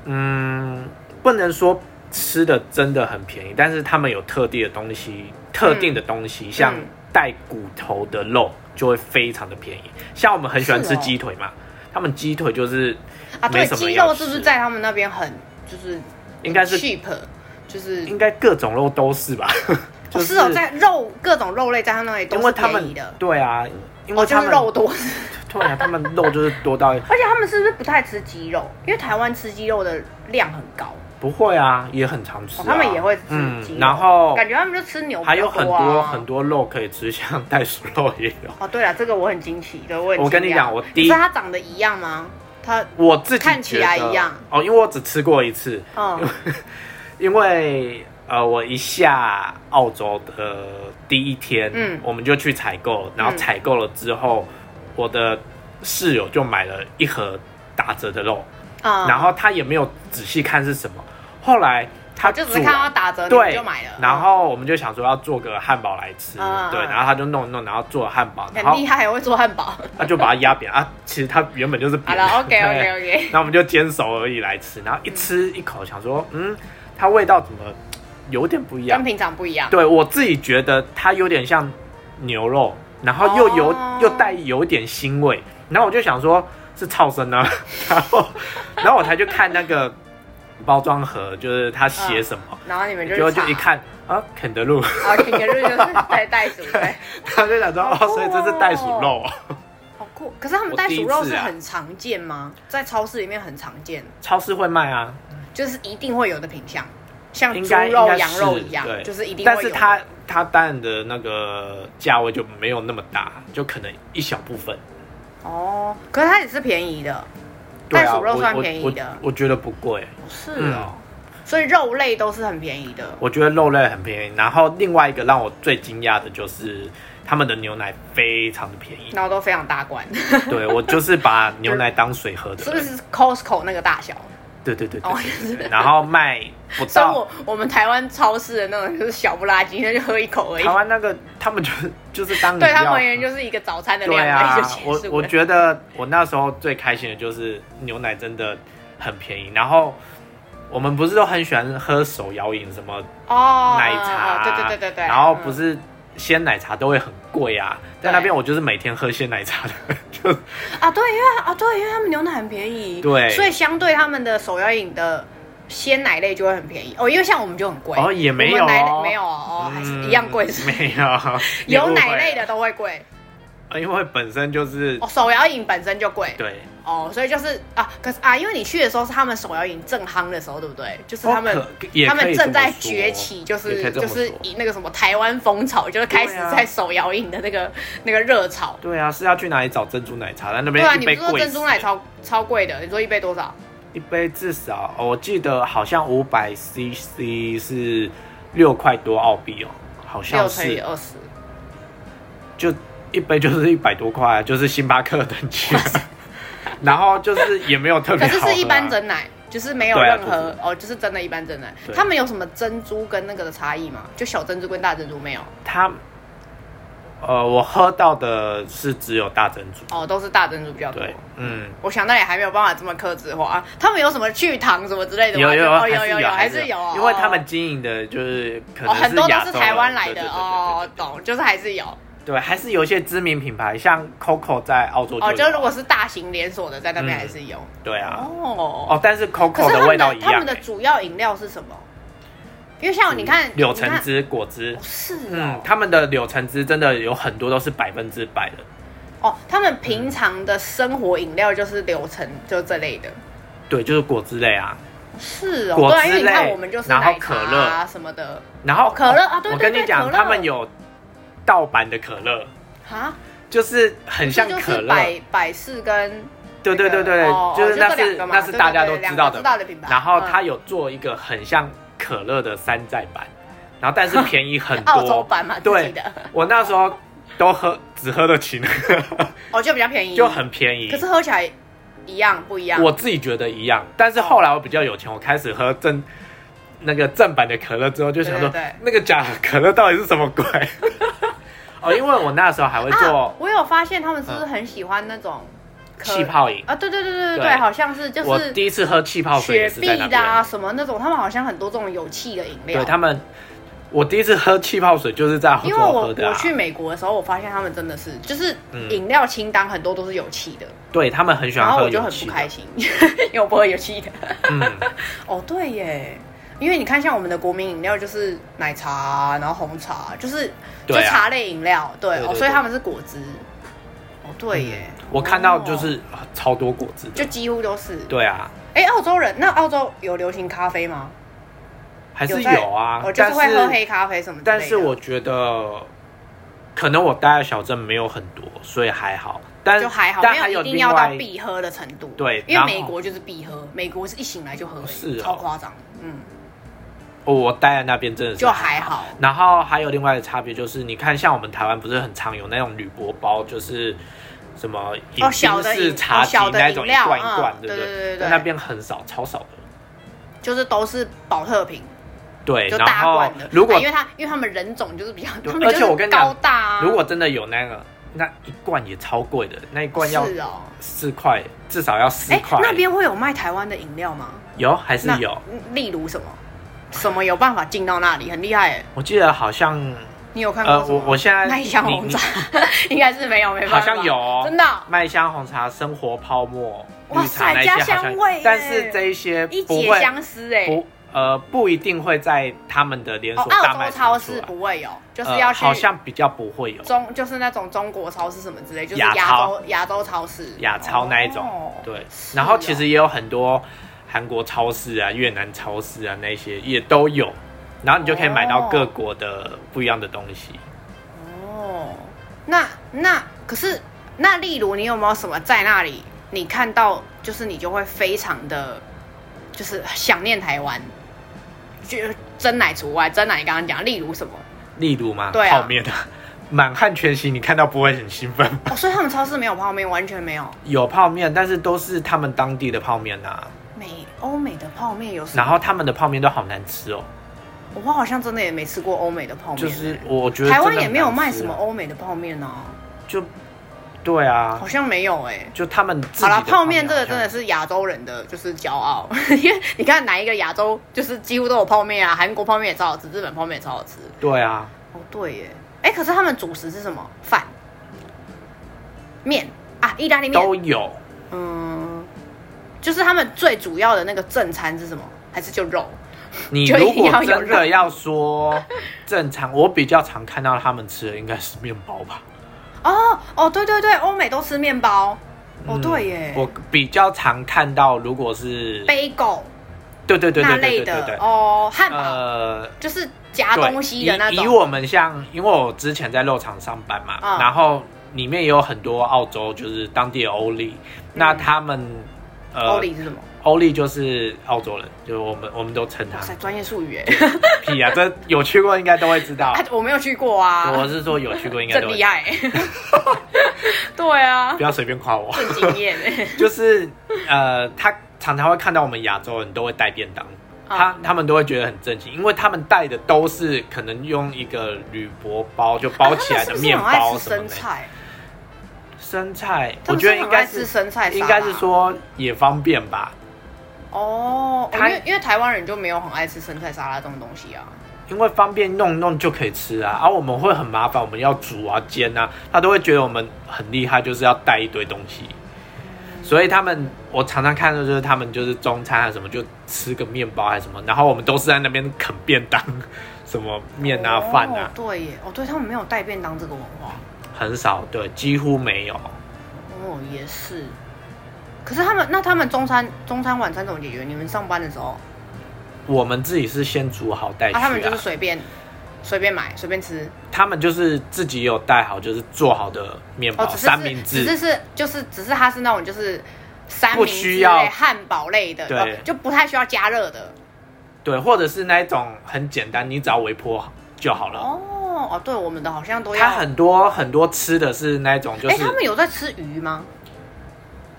[SPEAKER 2] 嗯，不能说吃的真的很便宜，但是他们有特地的东西，特定的东西，像
[SPEAKER 1] 嗯
[SPEAKER 2] 带骨头的肉就会非常的便宜。像我们很喜欢
[SPEAKER 1] 是
[SPEAKER 2] 吃
[SPEAKER 1] 哦
[SPEAKER 2] 鸡腿嘛，他们鸡腿就是
[SPEAKER 1] 啊，对，
[SPEAKER 2] 没什么
[SPEAKER 1] 鸡
[SPEAKER 2] 要
[SPEAKER 1] 肉是不是
[SPEAKER 2] 吃
[SPEAKER 1] 在他们那边很就是
[SPEAKER 2] 应该是
[SPEAKER 1] cheap，就是
[SPEAKER 2] 应该各种肉都是吧？
[SPEAKER 1] 哦是哦，在肉各种肉类在他那里都
[SPEAKER 2] 因
[SPEAKER 1] 是
[SPEAKER 2] 为他
[SPEAKER 1] 便宜
[SPEAKER 2] 们
[SPEAKER 1] 的，
[SPEAKER 2] 对啊，因为
[SPEAKER 1] 哦，就
[SPEAKER 2] 他
[SPEAKER 1] 是
[SPEAKER 2] 们
[SPEAKER 1] 肉多。
[SPEAKER 2] 对啊，他们肉就是多到
[SPEAKER 1] 而且他们是不是不太吃鸡肉？因为台湾吃鸡肉的量很高，
[SPEAKER 2] 不会啊，也很常吃、啊
[SPEAKER 1] 哦他们也会吃
[SPEAKER 2] 嗯
[SPEAKER 1] 鸡肉，啊
[SPEAKER 2] 然后
[SPEAKER 1] 感觉他们就吃牛、
[SPEAKER 2] 还有很多很
[SPEAKER 1] 多
[SPEAKER 2] 多肉可以吃，像袋鼠肉也有。
[SPEAKER 1] 啊。哦，对了，这个我很惊奇，对我很
[SPEAKER 2] 我跟
[SPEAKER 1] 惊
[SPEAKER 2] 你
[SPEAKER 1] 讶
[SPEAKER 2] 讲我第一
[SPEAKER 1] 可是它长得一样吗？它
[SPEAKER 2] 我自己
[SPEAKER 1] 看起来
[SPEAKER 2] 觉得
[SPEAKER 1] 一样
[SPEAKER 2] 哦，因为我只吃过一次，
[SPEAKER 1] 嗯
[SPEAKER 2] 因为呃，我一下澳洲的第一天，
[SPEAKER 1] 嗯
[SPEAKER 2] 我们就去采购，然后
[SPEAKER 1] 嗯
[SPEAKER 2] 采购了之后，我的室友就买了一盒打折的肉，
[SPEAKER 1] 啊，
[SPEAKER 2] 然后他也没有仔细看是什么，后来他
[SPEAKER 1] 我哦就只
[SPEAKER 2] 煮
[SPEAKER 1] 是看到它打折，你们
[SPEAKER 2] 对
[SPEAKER 1] 就买了，
[SPEAKER 2] 然后我们就想说要做个汉堡来吃，
[SPEAKER 1] 嗯
[SPEAKER 2] 对，
[SPEAKER 1] 嗯
[SPEAKER 2] 然后他就弄一弄，然后做了汉堡，然
[SPEAKER 1] 很
[SPEAKER 2] 后
[SPEAKER 1] 厉害，会做汉堡。
[SPEAKER 2] 他就把它压扁啊，其实它原本就是
[SPEAKER 1] 好
[SPEAKER 2] 扁的。
[SPEAKER 1] 了，OK OK
[SPEAKER 2] 对
[SPEAKER 1] OK，
[SPEAKER 2] 那我们就煎熟而已来吃，然后一吃一口，想说，嗯，它味道怎么有点不一样
[SPEAKER 1] 跟？平常不一样。
[SPEAKER 2] 对我自己觉得它有点像牛肉，然后又有、
[SPEAKER 1] 哦
[SPEAKER 2] 又带有一点腥味，然后我就想说，是超生呢，然后然后我才去看那个包装盒，就是它
[SPEAKER 1] 嗯
[SPEAKER 2] 写什么，
[SPEAKER 1] 然后你们就
[SPEAKER 2] 结果
[SPEAKER 1] 是
[SPEAKER 2] 就一看啊，肯德路，
[SPEAKER 1] 查，啊，肯德基就是带袋鼠， 对，哦
[SPEAKER 2] 他就想说，
[SPEAKER 1] 好酷哦
[SPEAKER 2] 哦，所以这是袋鼠肉，哦
[SPEAKER 1] 好酷。可是他们
[SPEAKER 2] 我
[SPEAKER 1] 袋
[SPEAKER 2] 第一
[SPEAKER 1] 鼠肉
[SPEAKER 2] 次
[SPEAKER 1] 是
[SPEAKER 2] 啊
[SPEAKER 1] 很常见吗？在超市里面很常见。
[SPEAKER 2] 超市会卖啊，
[SPEAKER 1] 就是一定会有的品相，像
[SPEAKER 2] 应
[SPEAKER 1] 猪
[SPEAKER 2] 该
[SPEAKER 1] 肉、
[SPEAKER 2] 应该
[SPEAKER 1] 羊肉
[SPEAKER 2] 是
[SPEAKER 1] 一样
[SPEAKER 2] 对，
[SPEAKER 1] 就是一定会有的。
[SPEAKER 2] 但是它它蛋的那个价位就没有那么大，就可能一小部分。
[SPEAKER 1] 哦，可是它也是便宜的，
[SPEAKER 2] 对啊
[SPEAKER 1] 袋鼠肉
[SPEAKER 2] 我
[SPEAKER 1] 算
[SPEAKER 2] 我
[SPEAKER 1] 便宜的
[SPEAKER 2] 我我觉得不贵。
[SPEAKER 1] 是
[SPEAKER 2] 嗯
[SPEAKER 1] 哦。所以肉类都是很便宜的。
[SPEAKER 2] 我觉得肉类很便宜。然后另外一个让我最惊讶的就是他们的牛奶非常的便 宜。
[SPEAKER 1] 然后都非常大罐，
[SPEAKER 2] 对我就是把牛奶当水喝的
[SPEAKER 1] 是不
[SPEAKER 2] 人，
[SPEAKER 1] 是 Costco 那个大小？
[SPEAKER 2] 对对对对
[SPEAKER 1] 哦
[SPEAKER 2] 对对对。然后卖不
[SPEAKER 1] 像
[SPEAKER 2] 到
[SPEAKER 1] 我我们台湾超市的那种就是小不拉几，那就喝一口而已
[SPEAKER 2] 台。湾那个，他们就是就是当饮
[SPEAKER 1] 对他们
[SPEAKER 2] 料
[SPEAKER 1] 而。言就是一个早餐的
[SPEAKER 2] 对
[SPEAKER 1] 量
[SPEAKER 2] 啊
[SPEAKER 1] 而已就，结
[SPEAKER 2] 我
[SPEAKER 1] 束
[SPEAKER 2] 我
[SPEAKER 1] 了。
[SPEAKER 2] 觉得我那时候最开心的就是牛奶真的很便宜。然后我们不是都很喜欢喝手摇饮，什么
[SPEAKER 1] 哦，
[SPEAKER 2] 奶茶，啊
[SPEAKER 1] 哦对对对对对。
[SPEAKER 2] 然后
[SPEAKER 1] 嗯
[SPEAKER 2] 不是鲜奶茶都会很贵啊，在那边我就是每天喝鲜奶茶的，就
[SPEAKER 1] 啊，对，因为啊对，因为他们牛奶很便宜，
[SPEAKER 2] 对
[SPEAKER 1] 所以相对他们的手摇饮的鲜奶类就会很便宜哦，因为像我们就很贵
[SPEAKER 2] 哦也没有哦
[SPEAKER 1] 我们
[SPEAKER 2] 嗯
[SPEAKER 1] 奶类没有哦，还是一样贵 是不是，
[SPEAKER 2] 没有
[SPEAKER 1] 有奶类的
[SPEAKER 2] 的
[SPEAKER 1] 都会贵，
[SPEAKER 2] 呃因为本身就是
[SPEAKER 1] 哦，手摇饮本身就贵，
[SPEAKER 2] 对，
[SPEAKER 1] 哦，所以就是啊，可是啊，因为你去的时候是他们手摇饮正夯的时候，对不对？就是他们。
[SPEAKER 2] 哦可也
[SPEAKER 1] 他
[SPEAKER 2] 可
[SPEAKER 1] 们
[SPEAKER 2] 以
[SPEAKER 1] 正在
[SPEAKER 2] 这么说
[SPEAKER 1] 崛起，就
[SPEAKER 2] 也可
[SPEAKER 1] 是
[SPEAKER 2] 以这
[SPEAKER 1] 就
[SPEAKER 2] 么
[SPEAKER 1] 是
[SPEAKER 2] 说
[SPEAKER 1] 以那个什么台湾风潮，就是开始
[SPEAKER 2] 对啊
[SPEAKER 1] 在手摇饮的那个那个热潮。
[SPEAKER 2] 对啊，是要去哪里找珍珠奶茶？但那
[SPEAKER 1] 对
[SPEAKER 2] 边
[SPEAKER 1] 啊，
[SPEAKER 2] 一
[SPEAKER 1] 你不
[SPEAKER 2] 杯
[SPEAKER 1] 是说
[SPEAKER 2] 贵死，
[SPEAKER 1] 珍珠奶超超贵的？你说一杯多少？
[SPEAKER 2] 一杯至少、哦我记得好像五百 CC 是六块多澳币哦，好
[SPEAKER 1] 六
[SPEAKER 2] 像
[SPEAKER 1] 乘以
[SPEAKER 2] 是
[SPEAKER 1] 二十，
[SPEAKER 2] 就一杯就是一百多块啊，就是星巴克的等级啊。 然后就是也没有特别
[SPEAKER 1] 可
[SPEAKER 2] 好
[SPEAKER 1] 是
[SPEAKER 2] 喝啊、
[SPEAKER 1] 是一般真奶，就是没有
[SPEAKER 2] 对啊
[SPEAKER 1] 任何、哦，就是真的一般真奶。
[SPEAKER 2] 对
[SPEAKER 1] 他们有什么珍珠跟那个的差异吗？就小珍珠跟大珍珠没有？
[SPEAKER 2] 它，呃，我喝到的是只有大珍珠。
[SPEAKER 1] 哦，都是大珍珠比较多。
[SPEAKER 2] 对，嗯，
[SPEAKER 1] 我想那也还没有办法这么克制化。他们有什么去糖什么之类的吗？
[SPEAKER 2] 有有
[SPEAKER 1] 哦
[SPEAKER 2] 还
[SPEAKER 1] 有
[SPEAKER 2] 是
[SPEAKER 1] 有
[SPEAKER 2] 有
[SPEAKER 1] 还
[SPEAKER 2] 是
[SPEAKER 1] 有哦，
[SPEAKER 2] 因为他们经营的就是可
[SPEAKER 1] 哦
[SPEAKER 2] 能
[SPEAKER 1] 很多都
[SPEAKER 2] 亚
[SPEAKER 1] 是
[SPEAKER 2] 洲
[SPEAKER 1] 台湾来
[SPEAKER 2] 对
[SPEAKER 1] 的
[SPEAKER 2] 对对对
[SPEAKER 1] 哦
[SPEAKER 2] 对，对
[SPEAKER 1] 懂，就是还是有
[SPEAKER 2] 对，还是有一些知名品牌，像 Coco 在澳洲
[SPEAKER 1] 哦，
[SPEAKER 2] 有
[SPEAKER 1] 就是如果是大型连锁的，在那边
[SPEAKER 2] 嗯
[SPEAKER 1] 还是有
[SPEAKER 2] 对啊，
[SPEAKER 1] 哦。
[SPEAKER 2] 哦，但是
[SPEAKER 1] 可是
[SPEAKER 2] Coco
[SPEAKER 1] 他
[SPEAKER 2] 味
[SPEAKER 1] 们
[SPEAKER 2] 道
[SPEAKER 1] 的
[SPEAKER 2] 一
[SPEAKER 1] 他
[SPEAKER 2] 样
[SPEAKER 1] 们的
[SPEAKER 2] 欸，
[SPEAKER 1] 主要饮料是什么？因为像你看你
[SPEAKER 2] 柳橙
[SPEAKER 1] 看
[SPEAKER 2] 汁、果汁
[SPEAKER 1] 哦，是
[SPEAKER 2] 嗯
[SPEAKER 1] 哦，
[SPEAKER 2] 他们的柳橙汁真的有很多都是百分之百的，
[SPEAKER 1] 哦，他们平常的生活饮料就是流程
[SPEAKER 2] 嗯
[SPEAKER 1] 就这类的，
[SPEAKER 2] 对，就是果汁类啊。
[SPEAKER 1] 是哦，
[SPEAKER 2] 果汁
[SPEAKER 1] 对啊，因为你看
[SPEAKER 2] 类
[SPEAKER 1] 我们就是
[SPEAKER 2] 然后
[SPEAKER 1] 奶茶
[SPEAKER 2] 可乐
[SPEAKER 1] 啊什么的
[SPEAKER 2] 然后哦
[SPEAKER 1] 可乐啊对
[SPEAKER 2] 我
[SPEAKER 1] 对
[SPEAKER 2] 跟
[SPEAKER 1] 对
[SPEAKER 2] 你讲，
[SPEAKER 1] 可乐
[SPEAKER 2] 他们有盗版的可乐，
[SPEAKER 1] 啊，
[SPEAKER 2] 就是很像
[SPEAKER 1] 这就
[SPEAKER 2] 可
[SPEAKER 1] 是
[SPEAKER 2] 乐，
[SPEAKER 1] 百百事跟
[SPEAKER 2] 对对对对，
[SPEAKER 1] 那个哦
[SPEAKER 2] 就是那
[SPEAKER 1] 就这
[SPEAKER 2] 是
[SPEAKER 1] 两个嘛
[SPEAKER 2] 那是大家都知道
[SPEAKER 1] 对对对两个
[SPEAKER 2] 的，
[SPEAKER 1] 知道的品牌
[SPEAKER 2] 然后
[SPEAKER 1] 嗯
[SPEAKER 2] 它有做一个很像可乐的山寨版，然后 但是便宜很多。
[SPEAKER 1] 澳洲版嘛，自己
[SPEAKER 2] 对
[SPEAKER 1] 的，
[SPEAKER 2] 我那时候都喝只喝得起那个，
[SPEAKER 1] 哦就比较便宜，
[SPEAKER 2] 就很便宜
[SPEAKER 1] 可。是喝起来一样不一样？
[SPEAKER 2] 我自己觉得一样，但是后来我比较有钱，我开始喝正那个正版的可乐之后，就想说
[SPEAKER 1] 对对对
[SPEAKER 2] 那个假的可乐到底是什 么鬼？哦，因为我那时候还会
[SPEAKER 1] 啊
[SPEAKER 2] 做，
[SPEAKER 1] 我有发现他们是不是很喜欢那种可
[SPEAKER 2] 气泡饮，
[SPEAKER 1] 啊？对对对对对
[SPEAKER 2] 对
[SPEAKER 1] 对，好像是就
[SPEAKER 2] 我
[SPEAKER 1] 是
[SPEAKER 2] 第一次喝气泡水
[SPEAKER 1] 雪
[SPEAKER 2] 也是
[SPEAKER 1] 碧
[SPEAKER 2] 在那
[SPEAKER 1] 的
[SPEAKER 2] 边。
[SPEAKER 1] 啊什么那种，他们好像很多这种有气的饮料
[SPEAKER 2] 对。他们，我第一次喝气泡水就是在澳
[SPEAKER 1] 因
[SPEAKER 2] 洲
[SPEAKER 1] 为我
[SPEAKER 2] 喝的、啊。
[SPEAKER 1] 我去美国的时候，我发现他们真的是就是
[SPEAKER 2] 嗯
[SPEAKER 1] 饮料清单很多都是有气的，
[SPEAKER 2] 对他们很喜
[SPEAKER 1] 然
[SPEAKER 2] 欢
[SPEAKER 1] 后
[SPEAKER 2] 喝
[SPEAKER 1] 我就
[SPEAKER 2] 有
[SPEAKER 1] 很
[SPEAKER 2] 气
[SPEAKER 1] 不
[SPEAKER 2] 的
[SPEAKER 1] 开心， 因为我不喝有气的。
[SPEAKER 2] 嗯，
[SPEAKER 1] 哦，对耶，因为你看像我们的国民饮料就是奶茶啊，然后红茶，就是就
[SPEAKER 2] 对啊
[SPEAKER 1] 茶类饮料，对
[SPEAKER 2] 对
[SPEAKER 1] 哦，
[SPEAKER 2] 对
[SPEAKER 1] 所以
[SPEAKER 2] 对
[SPEAKER 1] 他们是果汁。哦，对耶，
[SPEAKER 2] 我看到就
[SPEAKER 1] 哦
[SPEAKER 2] 是、啊超多果汁的。
[SPEAKER 1] 就几乎都是。
[SPEAKER 2] 对啊，
[SPEAKER 1] 哎、澳洲人那澳洲有流行咖啡吗？
[SPEAKER 2] 还是
[SPEAKER 1] 在
[SPEAKER 2] 有啊，
[SPEAKER 1] 我就是
[SPEAKER 2] 但
[SPEAKER 1] 会喝
[SPEAKER 2] 是
[SPEAKER 1] 黑咖啡什么之类的。
[SPEAKER 2] 但是我觉得，可能我待的小镇没有很多，所以还好。但
[SPEAKER 1] 就还好，
[SPEAKER 2] 但
[SPEAKER 1] 没
[SPEAKER 2] 还
[SPEAKER 1] 有一定
[SPEAKER 2] 另
[SPEAKER 1] 要到
[SPEAKER 2] 外
[SPEAKER 1] 必喝的程度。
[SPEAKER 2] 对
[SPEAKER 1] 因为
[SPEAKER 2] 然后
[SPEAKER 1] 美国就是必喝，美国是一醒来就喝而已，
[SPEAKER 2] 是哦
[SPEAKER 1] 超夸张。嗯，
[SPEAKER 2] 哦我待在那边真的是
[SPEAKER 1] 就还好。
[SPEAKER 2] 然后还有另外的差别就是，你看像我们台湾不是很常有那种铝箔包，就是什么饮
[SPEAKER 1] 哦小
[SPEAKER 2] 冰
[SPEAKER 1] 的饮
[SPEAKER 2] 式茶
[SPEAKER 1] 哦
[SPEAKER 2] 几
[SPEAKER 1] 小的
[SPEAKER 2] 那种
[SPEAKER 1] 饮
[SPEAKER 2] 一
[SPEAKER 1] 料
[SPEAKER 2] 罐一
[SPEAKER 1] 嗯
[SPEAKER 2] 罐，
[SPEAKER 1] 对
[SPEAKER 2] 不
[SPEAKER 1] 对对对
[SPEAKER 2] 但那边很少，超少的。
[SPEAKER 1] 就是都是保特瓶，
[SPEAKER 2] 对，
[SPEAKER 1] 就
[SPEAKER 2] 然
[SPEAKER 1] 大
[SPEAKER 2] 后
[SPEAKER 1] 罐的。
[SPEAKER 2] 如果
[SPEAKER 1] 啊因为他因为他们人种就是 比较，
[SPEAKER 2] 对
[SPEAKER 1] 他们就
[SPEAKER 2] 而且我
[SPEAKER 1] 是
[SPEAKER 2] 跟你讲
[SPEAKER 1] 高大啊。
[SPEAKER 2] 如果真的有那个，那一罐也超贵的，那一罐要
[SPEAKER 1] 是哦，
[SPEAKER 2] 四块，至少要四
[SPEAKER 1] 哎、
[SPEAKER 2] 块。
[SPEAKER 1] 那边会有卖台湾的饮料吗？
[SPEAKER 2] 有还是
[SPEAKER 1] 那
[SPEAKER 2] 有？，
[SPEAKER 1] 例如什么？什么有办法进到那里？很厉害耶！
[SPEAKER 2] 我记得好像
[SPEAKER 1] 你有看过
[SPEAKER 2] 呃，
[SPEAKER 1] 什么
[SPEAKER 2] 我我现在
[SPEAKER 1] 麦香红
[SPEAKER 2] 你
[SPEAKER 1] 茶 应该是没有，没
[SPEAKER 2] 你
[SPEAKER 1] 办法。
[SPEAKER 2] 好像有哦
[SPEAKER 1] 真的哦
[SPEAKER 2] 麦香红茶、生活泡沫、
[SPEAKER 1] 哇
[SPEAKER 2] 绿
[SPEAKER 1] 塞
[SPEAKER 2] 茶那些
[SPEAKER 1] 加
[SPEAKER 2] 好像
[SPEAKER 1] 香
[SPEAKER 2] 有
[SPEAKER 1] 味耶
[SPEAKER 2] 但是这一些
[SPEAKER 1] 一
[SPEAKER 2] 不
[SPEAKER 1] 解
[SPEAKER 2] 会
[SPEAKER 1] 相思哎、
[SPEAKER 2] 不呃不一定会在他们的连
[SPEAKER 1] 哦
[SPEAKER 2] 锁，大
[SPEAKER 1] 澳
[SPEAKER 2] 卖
[SPEAKER 1] 洲超
[SPEAKER 2] 场出
[SPEAKER 1] 市
[SPEAKER 2] 来。
[SPEAKER 1] 不会有，就是
[SPEAKER 2] 呃
[SPEAKER 1] 要去
[SPEAKER 2] 好像比较不会有
[SPEAKER 1] 中就是那种中国超市什么之类，就是
[SPEAKER 2] 亚
[SPEAKER 1] 亚
[SPEAKER 2] 超
[SPEAKER 1] 洲亚洲超市
[SPEAKER 2] 亚超那一种
[SPEAKER 1] 哦，
[SPEAKER 2] 对。
[SPEAKER 1] 是
[SPEAKER 2] 然后
[SPEAKER 1] 哦
[SPEAKER 2] 其实也有很多韩国超市啊、越南超市啊那些也都有，然后你就可以买到各国的不一样的东西。
[SPEAKER 1] 哦，那那可是那例如你有没有什么在那里你看到就是你就会非常的就是想念台湾就真奶除外，真奶你刚刚讲，例如什么？
[SPEAKER 2] 例如嘛，
[SPEAKER 1] 对啊
[SPEAKER 2] 泡面啊，满汉全席，你看到不会很兴奋吗？
[SPEAKER 1] 哦，所以他们超市没有泡面，完全没有。
[SPEAKER 2] 有泡面，但是都是他们当地的泡面啊，
[SPEAKER 1] 美欧美的泡面有什么？
[SPEAKER 2] 然后他们的泡面都好难吃哦，
[SPEAKER 1] 我好像真的也没吃过欧美的泡面欸、
[SPEAKER 2] 就是我觉得
[SPEAKER 1] 台湾
[SPEAKER 2] 真的
[SPEAKER 1] 也
[SPEAKER 2] 很
[SPEAKER 1] 没有
[SPEAKER 2] 难
[SPEAKER 1] 卖
[SPEAKER 2] 吃
[SPEAKER 1] 什么
[SPEAKER 2] 啊，
[SPEAKER 1] 欧美的泡面啊，
[SPEAKER 2] 就对啊
[SPEAKER 1] 好，像没有哎、
[SPEAKER 2] 就他们自己
[SPEAKER 1] 好
[SPEAKER 2] 的
[SPEAKER 1] 啦，泡
[SPEAKER 2] 面
[SPEAKER 1] 面
[SPEAKER 2] 啊
[SPEAKER 1] 这个真的
[SPEAKER 2] 是
[SPEAKER 1] 是亚洲人的就是骄傲， 因为你看哪一个亚洲就是几乎都有泡面啊，韩国泡面也超好吃，日本泡面也超好吃。
[SPEAKER 2] 对啊，
[SPEAKER 1] 哦，对耶，哎，可是他们主食是什么？饭、面啊，意大利
[SPEAKER 2] 都
[SPEAKER 1] 面。
[SPEAKER 2] 有
[SPEAKER 1] 嗯，就是他们最主要的那个正餐是什么？还是就肉？
[SPEAKER 2] 你
[SPEAKER 1] 就一
[SPEAKER 2] 如
[SPEAKER 1] 定
[SPEAKER 2] 果
[SPEAKER 1] 要有
[SPEAKER 2] 真
[SPEAKER 1] 肉
[SPEAKER 2] 的要说正常，我比较常看到他们吃的应该是面包吧。
[SPEAKER 1] 哦哦，对对对，欧美都吃面包。哦，
[SPEAKER 2] 嗯
[SPEAKER 1] 对耶，
[SPEAKER 2] 我比较常看到，如果是
[SPEAKER 1] bagel
[SPEAKER 2] 对对对
[SPEAKER 1] 那
[SPEAKER 2] 对
[SPEAKER 1] 类
[SPEAKER 2] 对对对
[SPEAKER 1] 的
[SPEAKER 2] 对，
[SPEAKER 1] 哦，汉堡
[SPEAKER 2] 呃，
[SPEAKER 1] 就是夹
[SPEAKER 2] 对
[SPEAKER 1] 东西的那
[SPEAKER 2] 以以
[SPEAKER 1] 种。
[SPEAKER 2] 我们像，因为我之前在肉厂上班嘛，
[SPEAKER 1] 嗯
[SPEAKER 2] 然后里面也有很多澳洲，就是当地的欧力，那他们
[SPEAKER 1] 嗯欧
[SPEAKER 2] 呃，
[SPEAKER 1] 里是什么？
[SPEAKER 2] 欧力就是澳洲人，就是我们我们都称
[SPEAKER 1] 哇塞，
[SPEAKER 2] 他
[SPEAKER 1] 专业术语耶！
[SPEAKER 2] 屁啊，这有去过应该都会知道
[SPEAKER 1] 啊。我没有去过 啊
[SPEAKER 2] 我，是说有去过应该
[SPEAKER 1] 真
[SPEAKER 2] 都会知
[SPEAKER 1] 厉
[SPEAKER 2] 道，
[SPEAKER 1] 害耶。 对啊
[SPEAKER 2] 不，要随便夸我。
[SPEAKER 1] 很惊艳哎。
[SPEAKER 2] 就是呃，他常常会看到我们亚洲人都会带便当，
[SPEAKER 1] 啊
[SPEAKER 2] 他他们都会觉得很震惊，因为他们带的都是可能用一个铝箔包就包起来的面
[SPEAKER 1] 啊他
[SPEAKER 2] 包
[SPEAKER 1] 们是
[SPEAKER 2] 什
[SPEAKER 1] 不是
[SPEAKER 2] 么
[SPEAKER 1] 很爱吃生
[SPEAKER 2] 的。
[SPEAKER 1] 菜，
[SPEAKER 2] 生菜，
[SPEAKER 1] 他
[SPEAKER 2] 我
[SPEAKER 1] 们
[SPEAKER 2] 觉
[SPEAKER 1] 是不是
[SPEAKER 2] 得应
[SPEAKER 1] 很爱
[SPEAKER 2] 该
[SPEAKER 1] 吃
[SPEAKER 2] 是
[SPEAKER 1] 生菜沙拉，
[SPEAKER 2] 应该是说也方便吧，
[SPEAKER 1] 哦，因
[SPEAKER 2] 他
[SPEAKER 1] 为因为台湾人就没有很爱吃生菜沙拉这种东西啊。
[SPEAKER 2] 因为方便弄一弄就可以吃啊，而、我们会很麻烦，我们要煮啊、煎啊，他都会觉得我们很厉害，就是要带一堆东西。所以他们，我常常看到就是他们就是中餐啊什么，就吃个面包还是什么，然后我们都是在那边啃便当， 什么面啊、
[SPEAKER 1] 哦
[SPEAKER 2] 饭啊，
[SPEAKER 1] 对耶，哦，对他们没有带便当这个文化。
[SPEAKER 2] 很少，对，几乎没有。
[SPEAKER 1] 哦，也是。可是他们那他们中餐、中餐、晚餐怎么解决？你们上班的时候，
[SPEAKER 2] 我们自己是先煮好带去
[SPEAKER 1] 啊，
[SPEAKER 2] 啊，
[SPEAKER 1] 他们就是随便随便买、随便吃，
[SPEAKER 2] 他们就是自己有带好，就是做好的面包、
[SPEAKER 1] 哦，只是
[SPEAKER 2] 三明
[SPEAKER 1] 是只
[SPEAKER 2] 治，
[SPEAKER 1] 是是就是只是它是那种就是三明
[SPEAKER 2] 不
[SPEAKER 1] 治
[SPEAKER 2] 需要
[SPEAKER 1] 类、汉堡类的，
[SPEAKER 2] 对
[SPEAKER 1] 哦就不太需要加热的。
[SPEAKER 2] 对，或者是那一种很简单，你只要微波就好了。
[SPEAKER 1] 哦哦，对，我们的好像都要。
[SPEAKER 2] 它很多很多吃的是那一种，就
[SPEAKER 1] 哎、
[SPEAKER 2] 是
[SPEAKER 1] 他们有在吃鱼吗？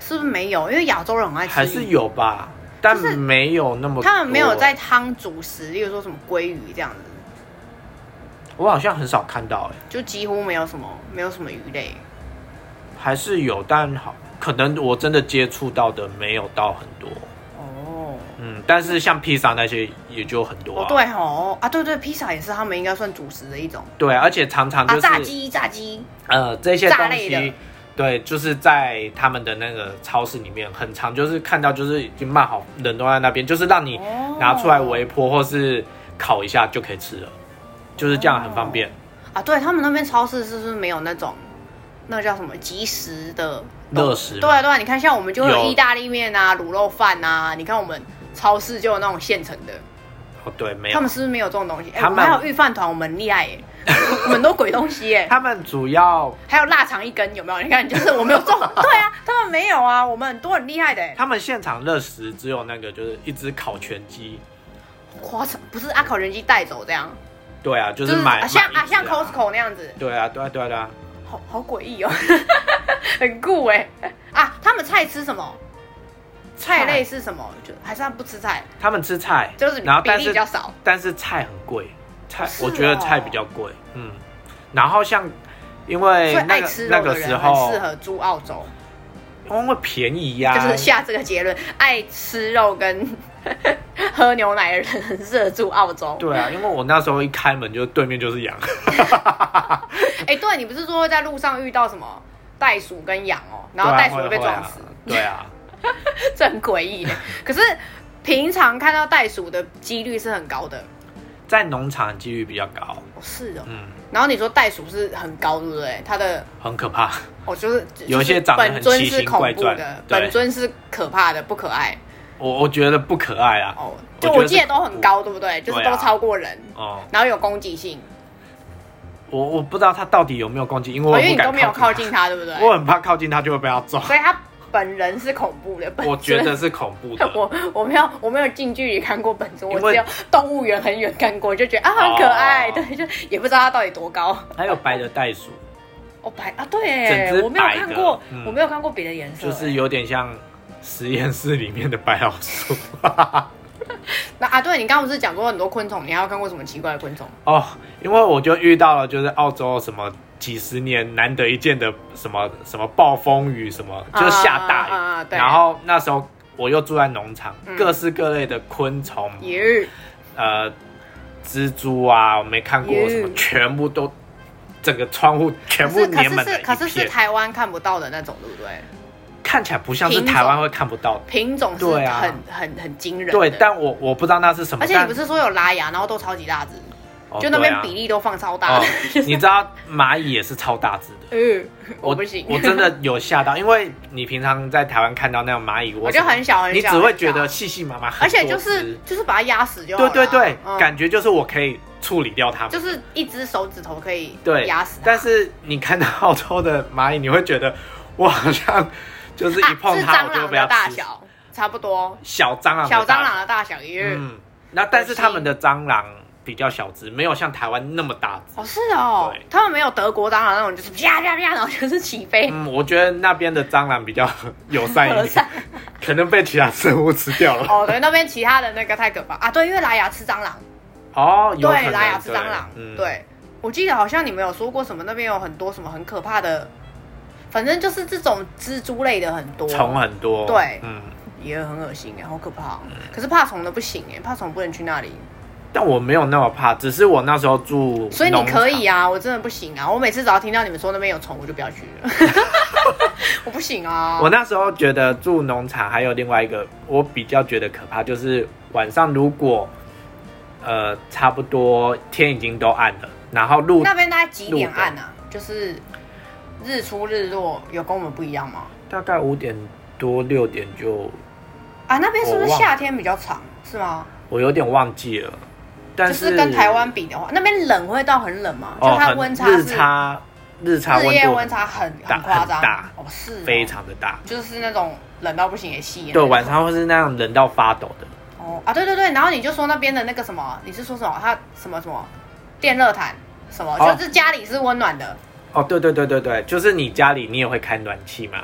[SPEAKER 1] 是不是没有？因为亚洲人很爱吃鱼，
[SPEAKER 2] 还是有吧，但
[SPEAKER 1] 就是
[SPEAKER 2] 没有那么多。
[SPEAKER 1] 他们没有在，汤主食，例如说什么鲑鱼这样子，
[SPEAKER 2] 我好像很少看到哎、
[SPEAKER 1] 就几乎没有什么没有什么鱼类。
[SPEAKER 2] 还是有，但好可能我真的接触到的没有到很多。
[SPEAKER 1] 哦，
[SPEAKER 2] 嗯，但是像披萨那些也就很多、
[SPEAKER 1] 哦
[SPEAKER 2] 啊。
[SPEAKER 1] 对哦啊对对，披萨也是他们应该算主食的一种、
[SPEAKER 2] 对而且常常就
[SPEAKER 1] 啊，炸
[SPEAKER 2] 是
[SPEAKER 1] 鸡炸鸡
[SPEAKER 2] 呃这些
[SPEAKER 1] 炸
[SPEAKER 2] 东
[SPEAKER 1] 类的
[SPEAKER 2] 西。对，就是在他们的那个超市里面，很常就是看到，就是已经卖好，人都在那边，就是让你
[SPEAKER 1] 哦
[SPEAKER 2] 拿出来微波或是烤一下就可以吃了，就是这样很方便。
[SPEAKER 1] 啊，对他们那边超市是不是没有那种那个叫什么即食的
[SPEAKER 2] 热食
[SPEAKER 1] 对啊对啊，你看像我们就会有
[SPEAKER 2] 有
[SPEAKER 1] 意大利面啊、卤肉饭啊，你看我们超市就有那种现成的。
[SPEAKER 2] 哦，对，没有
[SPEAKER 1] 他们。是不是没有这种东西？哎，
[SPEAKER 2] 他
[SPEAKER 1] 我们
[SPEAKER 2] 们
[SPEAKER 1] 还有御饭团，我们很厉害耶， 我们都鬼东西耶。
[SPEAKER 2] 他们主要，
[SPEAKER 1] 还有腊肠一根，有没 有？你看，就是我们 有这种，对啊，他们没有啊，我们很多很厉害的耶，
[SPEAKER 2] 他们现场热食只有那个，就是一只烤全鸡。
[SPEAKER 1] 夸张，不是阿烤人机带走这样，
[SPEAKER 2] 对啊，就
[SPEAKER 1] 就是
[SPEAKER 2] 买、
[SPEAKER 1] 啊像
[SPEAKER 2] 买
[SPEAKER 1] 啊
[SPEAKER 2] 一只
[SPEAKER 1] 像 Costco 那样子，
[SPEAKER 2] 对啊，对啊，对啊，对啊。
[SPEAKER 1] 好好诡异哦， 很酷哎啊！他们菜吃什么？菜类是什么？就还是他不吃菜，
[SPEAKER 2] 他们吃菜，
[SPEAKER 1] 就是
[SPEAKER 2] 然后
[SPEAKER 1] 比
[SPEAKER 2] 但
[SPEAKER 1] 例比
[SPEAKER 2] 是
[SPEAKER 1] 较少。
[SPEAKER 2] 但是菜很贵，菜、
[SPEAKER 1] 是
[SPEAKER 2] 我觉得
[SPEAKER 1] 哦
[SPEAKER 2] 菜比较贵，嗯。然后像因为
[SPEAKER 1] 所以
[SPEAKER 2] 哎那
[SPEAKER 1] 爱
[SPEAKER 2] 个
[SPEAKER 1] 吃
[SPEAKER 2] 那
[SPEAKER 1] 肉
[SPEAKER 2] 个
[SPEAKER 1] 的
[SPEAKER 2] 时
[SPEAKER 1] 人很
[SPEAKER 2] 候
[SPEAKER 1] 适，合住澳洲，
[SPEAKER 2] 因为便宜呀、
[SPEAKER 1] 就是下这个结论：爱吃肉跟 喝牛奶的人很适合住澳洲。
[SPEAKER 2] 对啊，因为我那时候一开门就对面就是羊，
[SPEAKER 1] 哎、对你不是说会在路上遇到什么袋鼠跟羊哦， 然后
[SPEAKER 2] 对啊
[SPEAKER 1] 袋鼠会
[SPEAKER 2] 会
[SPEAKER 1] 被撞死，
[SPEAKER 2] 会啊对啊，
[SPEAKER 1] 这很诡异的。可是平常看到袋鼠的几率是很高的，
[SPEAKER 2] 在农场几率比较高，
[SPEAKER 1] 哦是哦。
[SPEAKER 2] 嗯，
[SPEAKER 1] 然后你说袋鼠是很高，对不对？它的
[SPEAKER 2] 很可怕。
[SPEAKER 1] 哦，就是
[SPEAKER 2] 有一些
[SPEAKER 1] 就是
[SPEAKER 2] 长得很
[SPEAKER 1] 本尊
[SPEAKER 2] 奇
[SPEAKER 1] 是
[SPEAKER 2] 形
[SPEAKER 1] 恐
[SPEAKER 2] 怪
[SPEAKER 1] 怖
[SPEAKER 2] 状
[SPEAKER 1] 的，
[SPEAKER 2] 对
[SPEAKER 1] 本尊是可怕的，不可爱
[SPEAKER 2] 我我觉得不可爱啊。
[SPEAKER 1] 哦。就
[SPEAKER 2] 我觉得
[SPEAKER 1] 我记得
[SPEAKER 2] 是
[SPEAKER 1] 都很高，对不对？就是
[SPEAKER 2] 对啊
[SPEAKER 1] 都超过人，
[SPEAKER 2] 哦、
[SPEAKER 1] 然后有攻击性，
[SPEAKER 2] 我我不知道它到底有没有攻击，因为
[SPEAKER 1] 哦
[SPEAKER 2] 我
[SPEAKER 1] 因为
[SPEAKER 2] 不
[SPEAKER 1] 你
[SPEAKER 2] 敢
[SPEAKER 1] 都没有靠
[SPEAKER 2] 近
[SPEAKER 1] 近它，对不对？
[SPEAKER 2] 它，我很怕靠近它就会被它撞。
[SPEAKER 1] 所以它本人是恐怖的，本
[SPEAKER 2] 我觉得
[SPEAKER 1] 尊。。
[SPEAKER 2] 是恐怖的
[SPEAKER 1] 我我没有我没有近距离看过本尊，我
[SPEAKER 2] 因为
[SPEAKER 1] 只有动物园很远看过，就觉得啊很可爱，
[SPEAKER 2] 哦
[SPEAKER 1] 对，就也不知道它到底多高。
[SPEAKER 2] 还有白的袋鼠，
[SPEAKER 1] 哦白啊，对
[SPEAKER 2] 整只
[SPEAKER 1] 耶，我没有看过
[SPEAKER 2] 白的，嗯
[SPEAKER 1] 我没有看过别的颜色耶，
[SPEAKER 2] 就是有点像实验室里面的白老鼠。
[SPEAKER 1] 那啊，对你刚刚不是讲过很多昆虫，你还有看过什么奇怪的昆虫？
[SPEAKER 2] 哦，因为我就遇到了，就是澳洲什么几十年难得一见的什么什么暴风雨，什么就是下大雨，
[SPEAKER 1] 啊啊啊对
[SPEAKER 2] 然后那时候我又住在农场，
[SPEAKER 1] 嗯
[SPEAKER 2] 各式各类的昆虫，
[SPEAKER 1] 耶，
[SPEAKER 2] 呃，蜘蛛啊，我没看过
[SPEAKER 1] 耶
[SPEAKER 2] 什么，全部都整个窗户全
[SPEAKER 1] 可
[SPEAKER 2] 部
[SPEAKER 1] 是可
[SPEAKER 2] 粘满
[SPEAKER 1] 是
[SPEAKER 2] 了
[SPEAKER 1] 是可是
[SPEAKER 2] 一
[SPEAKER 1] 是
[SPEAKER 2] 片，
[SPEAKER 1] 台湾看不到的那种，对不对？
[SPEAKER 2] 看起来不像是
[SPEAKER 1] 品种
[SPEAKER 2] 台湾会看不到的。
[SPEAKER 1] 品种是
[SPEAKER 2] 对
[SPEAKER 1] 很、
[SPEAKER 2] 啊
[SPEAKER 1] 很很惊人的。
[SPEAKER 2] 对，但我我不知道那是什么，
[SPEAKER 1] 而且你
[SPEAKER 2] 但
[SPEAKER 1] 不是说有拉牙，然后都超级大只，
[SPEAKER 2] 哦
[SPEAKER 1] 就那
[SPEAKER 2] 对
[SPEAKER 1] 边
[SPEAKER 2] 啊
[SPEAKER 1] 比例都放超大
[SPEAKER 2] 哦
[SPEAKER 1] 的。，
[SPEAKER 2] 你知道蚂蚁也是超大只的。
[SPEAKER 1] 嗯， 我不行，
[SPEAKER 2] 我真的有吓到，因为你平常在台湾看到那种蚂蚁窝，
[SPEAKER 1] 我就很小很小，
[SPEAKER 2] 你只会
[SPEAKER 1] 很小
[SPEAKER 2] 觉得，细细麻麻很多
[SPEAKER 1] 而
[SPEAKER 2] 只，
[SPEAKER 1] 且就是就是把它压死就好
[SPEAKER 2] 对
[SPEAKER 1] 了。
[SPEAKER 2] 对对，
[SPEAKER 1] 嗯
[SPEAKER 2] 感觉就是我可以处理掉它们，
[SPEAKER 1] 就是一只手指头可以
[SPEAKER 2] 对
[SPEAKER 1] 压死它。
[SPEAKER 2] 但是你看到澳洲的蚂蚁，你会觉得我好像就是一
[SPEAKER 1] 啊，
[SPEAKER 2] 碰
[SPEAKER 1] 是
[SPEAKER 2] 它
[SPEAKER 1] 蟑
[SPEAKER 2] 我就
[SPEAKER 1] 螂
[SPEAKER 2] 被它
[SPEAKER 1] 的大
[SPEAKER 2] 吃
[SPEAKER 1] 小差不多，
[SPEAKER 2] 小蟑螂的
[SPEAKER 1] 小蟑
[SPEAKER 2] 大小，
[SPEAKER 1] 螂的大小也。
[SPEAKER 2] 嗯，那但是他们的蟑螂比较小只，没有像台湾那么大只。
[SPEAKER 1] 哦，是哦
[SPEAKER 2] 对，
[SPEAKER 1] 他们没有德国蟑螂那种，就是啪啪啪，然后就是起飞。
[SPEAKER 2] 嗯，哎我觉得那边的蟑螂比较 友善一
[SPEAKER 1] 友
[SPEAKER 2] 点
[SPEAKER 1] 善，
[SPEAKER 2] 可能被其他生物吃掉了。
[SPEAKER 1] 哦，对，那边其他的那个太可怕啊！对，因为莱雅吃蟑螂，
[SPEAKER 2] 哦，有可
[SPEAKER 1] 对，
[SPEAKER 2] 能
[SPEAKER 1] 莱雅吃
[SPEAKER 2] 对
[SPEAKER 1] 蟑螂，
[SPEAKER 2] 嗯，
[SPEAKER 1] 对。我记得好像你们有说过什么，那边有很多什么很可怕的，反正就是这种蜘蛛类的很多，
[SPEAKER 2] 虫啊很多，
[SPEAKER 1] 对
[SPEAKER 2] 嗯，
[SPEAKER 1] 也很恶心哎，好可怕、哦。可是怕虫的不行哎，怕虫不能去那里，
[SPEAKER 2] 但我没有那么怕，只是我那时候住，
[SPEAKER 1] 所以你可以，啊，我真的不行啊！我每次只要听到你们说那边有虫，我就不要去 了，我不行啊
[SPEAKER 2] 我。那时候觉得住农场还有另外一个我比较觉得可怕，就是晚上如果呃差不多天已经都暗了，然后路
[SPEAKER 1] 那边大概几点暗啊？就是日出日落，有跟我们不一样吗？
[SPEAKER 2] 大概五点多六点就
[SPEAKER 1] 啊，那边是不
[SPEAKER 2] 我
[SPEAKER 1] 是
[SPEAKER 2] 忘了
[SPEAKER 1] 夏天比较长？是吗？
[SPEAKER 2] 我有点忘记了，
[SPEAKER 1] 就
[SPEAKER 2] 但
[SPEAKER 1] 是跟台湾比的话，那边冷会到很冷吗？
[SPEAKER 2] 哦
[SPEAKER 1] 就它
[SPEAKER 2] 很
[SPEAKER 1] 温差
[SPEAKER 2] 日
[SPEAKER 1] 是
[SPEAKER 2] 差日差
[SPEAKER 1] 日
[SPEAKER 2] 温
[SPEAKER 1] 夜
[SPEAKER 2] 度
[SPEAKER 1] 温差很
[SPEAKER 2] 大
[SPEAKER 1] 很夸张，
[SPEAKER 2] 很大
[SPEAKER 1] 哦，是哦
[SPEAKER 2] 非，常的大，
[SPEAKER 1] 就是那种冷到不行也吸。
[SPEAKER 2] 对，晚上会是那样冷到发抖的。
[SPEAKER 1] 哦啊，对对对，然后你就说那边的那个什么，你是说什么？它什么什么电热毯什么，
[SPEAKER 2] 哦
[SPEAKER 1] 就是家里是温暖的。
[SPEAKER 2] 哦，对对对对对，就是你家里你也会开暖气嘛，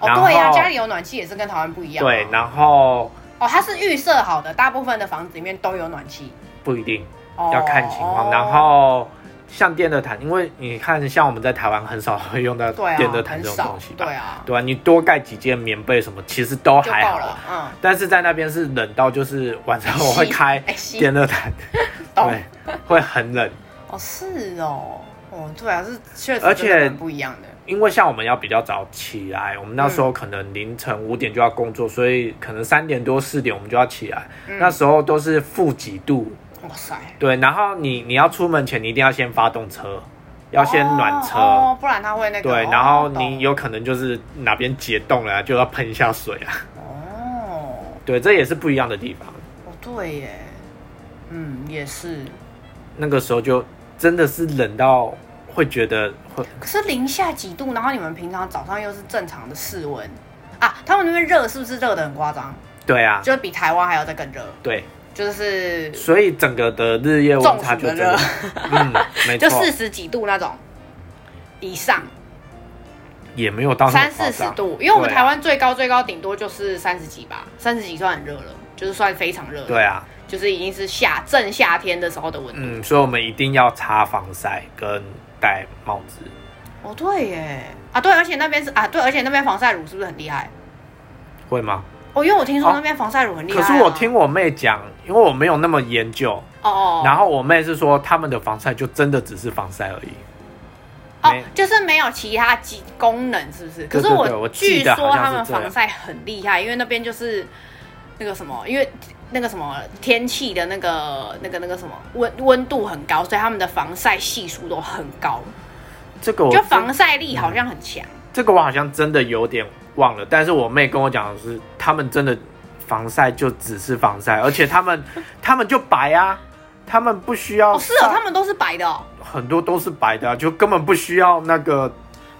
[SPEAKER 1] 哦
[SPEAKER 2] 然，后
[SPEAKER 1] 对呀、家里有暖气也是跟台湾不一样啊。
[SPEAKER 2] 对，然后
[SPEAKER 1] 哦，它是预设好的，大部分的房子里面都有暖气。
[SPEAKER 2] 不一定。
[SPEAKER 1] 哦，
[SPEAKER 2] 要看情况。然后像电热毯，因为你看，像我们在台湾很少会用到
[SPEAKER 1] 对啊，
[SPEAKER 2] 电热毯
[SPEAKER 1] 很
[SPEAKER 2] 这种
[SPEAKER 1] 少
[SPEAKER 2] 东西，吧？
[SPEAKER 1] 对啊，
[SPEAKER 2] 对啊，你多盖几件棉被什么，其实都
[SPEAKER 1] 就
[SPEAKER 2] 还
[SPEAKER 1] 够
[SPEAKER 2] 好
[SPEAKER 1] 了。嗯，
[SPEAKER 2] 但是在那边是冷到，就是晚上我会
[SPEAKER 1] 吸
[SPEAKER 2] 开
[SPEAKER 1] 哎吸
[SPEAKER 2] 电热毯，
[SPEAKER 1] 懂。
[SPEAKER 2] 对，会很冷。
[SPEAKER 1] 哦，是哦，哦，对啊，是确实，
[SPEAKER 2] 而且
[SPEAKER 1] 不一样的。
[SPEAKER 2] 因为像我们要比较早起来，我们那时候可能凌晨五点就要工作，所以可能三点多四点我们就要起来。
[SPEAKER 1] 嗯
[SPEAKER 2] 那时候都是负几度，
[SPEAKER 1] 哇塞，
[SPEAKER 2] 对。然后你你要出门前，你一定要先发动车，要先暖车，
[SPEAKER 1] 哦，哦不然它会那个。
[SPEAKER 2] 对，
[SPEAKER 1] 哦
[SPEAKER 2] 然后
[SPEAKER 1] 懂
[SPEAKER 2] 你有可能就是哪边解冻了啊、就要喷一下水啊。
[SPEAKER 1] 哦，
[SPEAKER 2] 对，这也是不一样的地方。
[SPEAKER 1] 哦，对耶，嗯，也是。
[SPEAKER 2] 那个时候就真的是冷到会觉得会
[SPEAKER 1] 可是零下几度，然后你们平常早上又是正常的室温啊，他们那边热是不是热的很夸张？
[SPEAKER 2] 对啊，
[SPEAKER 1] 就是比台湾还要再更热，
[SPEAKER 2] 对，
[SPEAKER 1] 就是
[SPEAKER 2] 所以整个的日夜温差就真的
[SPEAKER 1] 中，
[SPEAKER 2] 嗯，没
[SPEAKER 1] 就
[SPEAKER 2] 错，
[SPEAKER 1] 四十几度那种以上，
[SPEAKER 2] 也没有到那么
[SPEAKER 1] 三
[SPEAKER 2] 啊夸
[SPEAKER 1] 四十
[SPEAKER 2] 张
[SPEAKER 1] 度，因为我们
[SPEAKER 2] 对啊
[SPEAKER 1] 台湾最高最高顶多就是三十几吧，三十几算很热了，就是算非常热了，
[SPEAKER 2] 对啊，
[SPEAKER 1] 就是已经是夏正夏天的时候的温度。
[SPEAKER 2] 嗯，所以我们一定要擦防晒跟戴帽子。
[SPEAKER 1] 哦，对耶，啊对，而且那边是啊对，而且那边防晒乳是不是很厉害？
[SPEAKER 2] 会吗？
[SPEAKER 1] 哦，因为我听说
[SPEAKER 2] 哦
[SPEAKER 1] 那边防晒乳很厉害
[SPEAKER 2] 可
[SPEAKER 1] 啊、
[SPEAKER 2] 是我听我妹讲，因为我没有那么研究，
[SPEAKER 1] 哦哦，
[SPEAKER 2] 然后我妹是说他们的防晒就真的只是防晒而已。
[SPEAKER 1] 哦
[SPEAKER 2] 没，
[SPEAKER 1] 就是没有其他机功能，是不是？可
[SPEAKER 2] 对
[SPEAKER 1] 是
[SPEAKER 2] 对对我记
[SPEAKER 1] 据
[SPEAKER 2] 得
[SPEAKER 1] 说
[SPEAKER 2] 好像
[SPEAKER 1] 他
[SPEAKER 2] 是
[SPEAKER 1] 们
[SPEAKER 2] 这样
[SPEAKER 1] 防晒很厉害，因为那边就是那个什么，因为那个什么天气的那个那个那个什么温温度很高，所以他们的防晒系数都很高，
[SPEAKER 2] 这个我嗯
[SPEAKER 1] 就
[SPEAKER 2] 真
[SPEAKER 1] 防晒力好像很强。
[SPEAKER 2] 这个我好像真的有点忘了，但是我妹跟我讲的是，他们真的防晒就只是防晒，而且 他们他们就白啊，他们不需要
[SPEAKER 1] 哦，是哦，
[SPEAKER 2] 上
[SPEAKER 1] 他们都是白的哦。
[SPEAKER 2] 很多都是白的啊、就根本不需要那个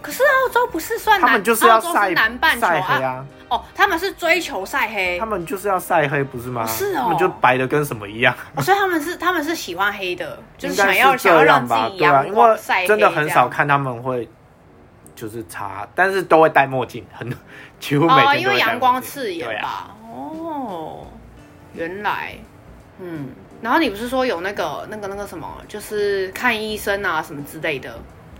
[SPEAKER 1] 可是澳洲不是算
[SPEAKER 2] 他
[SPEAKER 1] 南，
[SPEAKER 2] 们就是要
[SPEAKER 1] 澳洲
[SPEAKER 2] 晒
[SPEAKER 1] 是南半球
[SPEAKER 2] 晒黑
[SPEAKER 1] 啊。
[SPEAKER 2] 啊，
[SPEAKER 1] 哦，他们是追求晒黑，
[SPEAKER 2] 他们就是要晒黑，不是吗？
[SPEAKER 1] 哦是哦
[SPEAKER 2] 他们就白的跟什么一样，
[SPEAKER 1] 哦所以他们是他们是喜欢黑的，就是
[SPEAKER 2] 应
[SPEAKER 1] 想
[SPEAKER 2] 该
[SPEAKER 1] 要
[SPEAKER 2] 这
[SPEAKER 1] 想要
[SPEAKER 2] 样
[SPEAKER 1] 让自
[SPEAKER 2] 吧？
[SPEAKER 1] 己
[SPEAKER 2] 对啊，
[SPEAKER 1] 阳
[SPEAKER 2] 因
[SPEAKER 1] 光
[SPEAKER 2] 为
[SPEAKER 1] 晒黑，
[SPEAKER 2] 真的很少。看他们会就是擦，但是都会戴墨镜， 很几乎
[SPEAKER 1] 哦，
[SPEAKER 2] 每天都会戴墨镜
[SPEAKER 1] 因为阳光刺眼
[SPEAKER 2] 对啊
[SPEAKER 1] 吧？哦，原来，嗯。然后你不是说有那个那个那个什么，就是看医生啊什么之类的，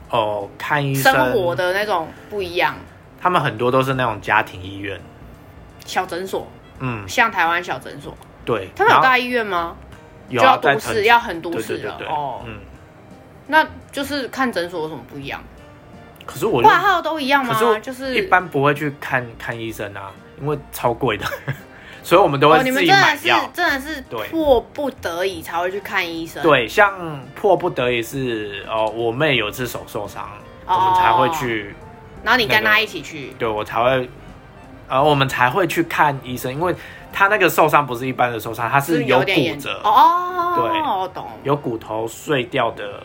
[SPEAKER 2] 哦，看医生，
[SPEAKER 1] 生活的那种不一样，
[SPEAKER 2] 他们很多都是那种家庭医院，
[SPEAKER 1] 小诊所，
[SPEAKER 2] 嗯，
[SPEAKER 1] 像台湾小诊所，
[SPEAKER 2] 对，
[SPEAKER 1] 他们有
[SPEAKER 2] 然后
[SPEAKER 1] 大医院吗？
[SPEAKER 2] 有
[SPEAKER 1] 就
[SPEAKER 2] 啊
[SPEAKER 1] 要
[SPEAKER 2] 在
[SPEAKER 1] 都
[SPEAKER 2] 城
[SPEAKER 1] 市，
[SPEAKER 2] 市
[SPEAKER 1] 要很都
[SPEAKER 2] 对
[SPEAKER 1] 市
[SPEAKER 2] 对对
[SPEAKER 1] 了
[SPEAKER 2] 对，
[SPEAKER 1] 哦。
[SPEAKER 2] 嗯，
[SPEAKER 1] 那就是看诊所有什么不一样？
[SPEAKER 2] 可是我就
[SPEAKER 1] 挂号都一样
[SPEAKER 2] 可是我
[SPEAKER 1] 吗？就是
[SPEAKER 2] 一般不会去看看医生啊，因为超贵的， 所以我们都
[SPEAKER 1] 哦，
[SPEAKER 2] 会
[SPEAKER 1] 你
[SPEAKER 2] 自
[SPEAKER 1] 们
[SPEAKER 2] 己
[SPEAKER 1] 真的
[SPEAKER 2] 买
[SPEAKER 1] 是
[SPEAKER 2] 药。
[SPEAKER 1] 真的是
[SPEAKER 2] 对
[SPEAKER 1] 迫不得已才会去看医生。，
[SPEAKER 2] 对，像迫不得已是哦，我妹有一次手受伤，
[SPEAKER 1] 哦
[SPEAKER 2] 我们才会去，
[SPEAKER 1] 然后你跟
[SPEAKER 2] 那
[SPEAKER 1] 他
[SPEAKER 2] 个
[SPEAKER 1] 一起去，
[SPEAKER 2] 对我才会，呃，我们才会去看医生，因为她那个受伤不是一般的受伤，她
[SPEAKER 1] 就是有点
[SPEAKER 2] 骨
[SPEAKER 1] 严重
[SPEAKER 2] 折，
[SPEAKER 1] 哦。
[SPEAKER 2] 对
[SPEAKER 1] 我懂。
[SPEAKER 2] 有骨头碎掉的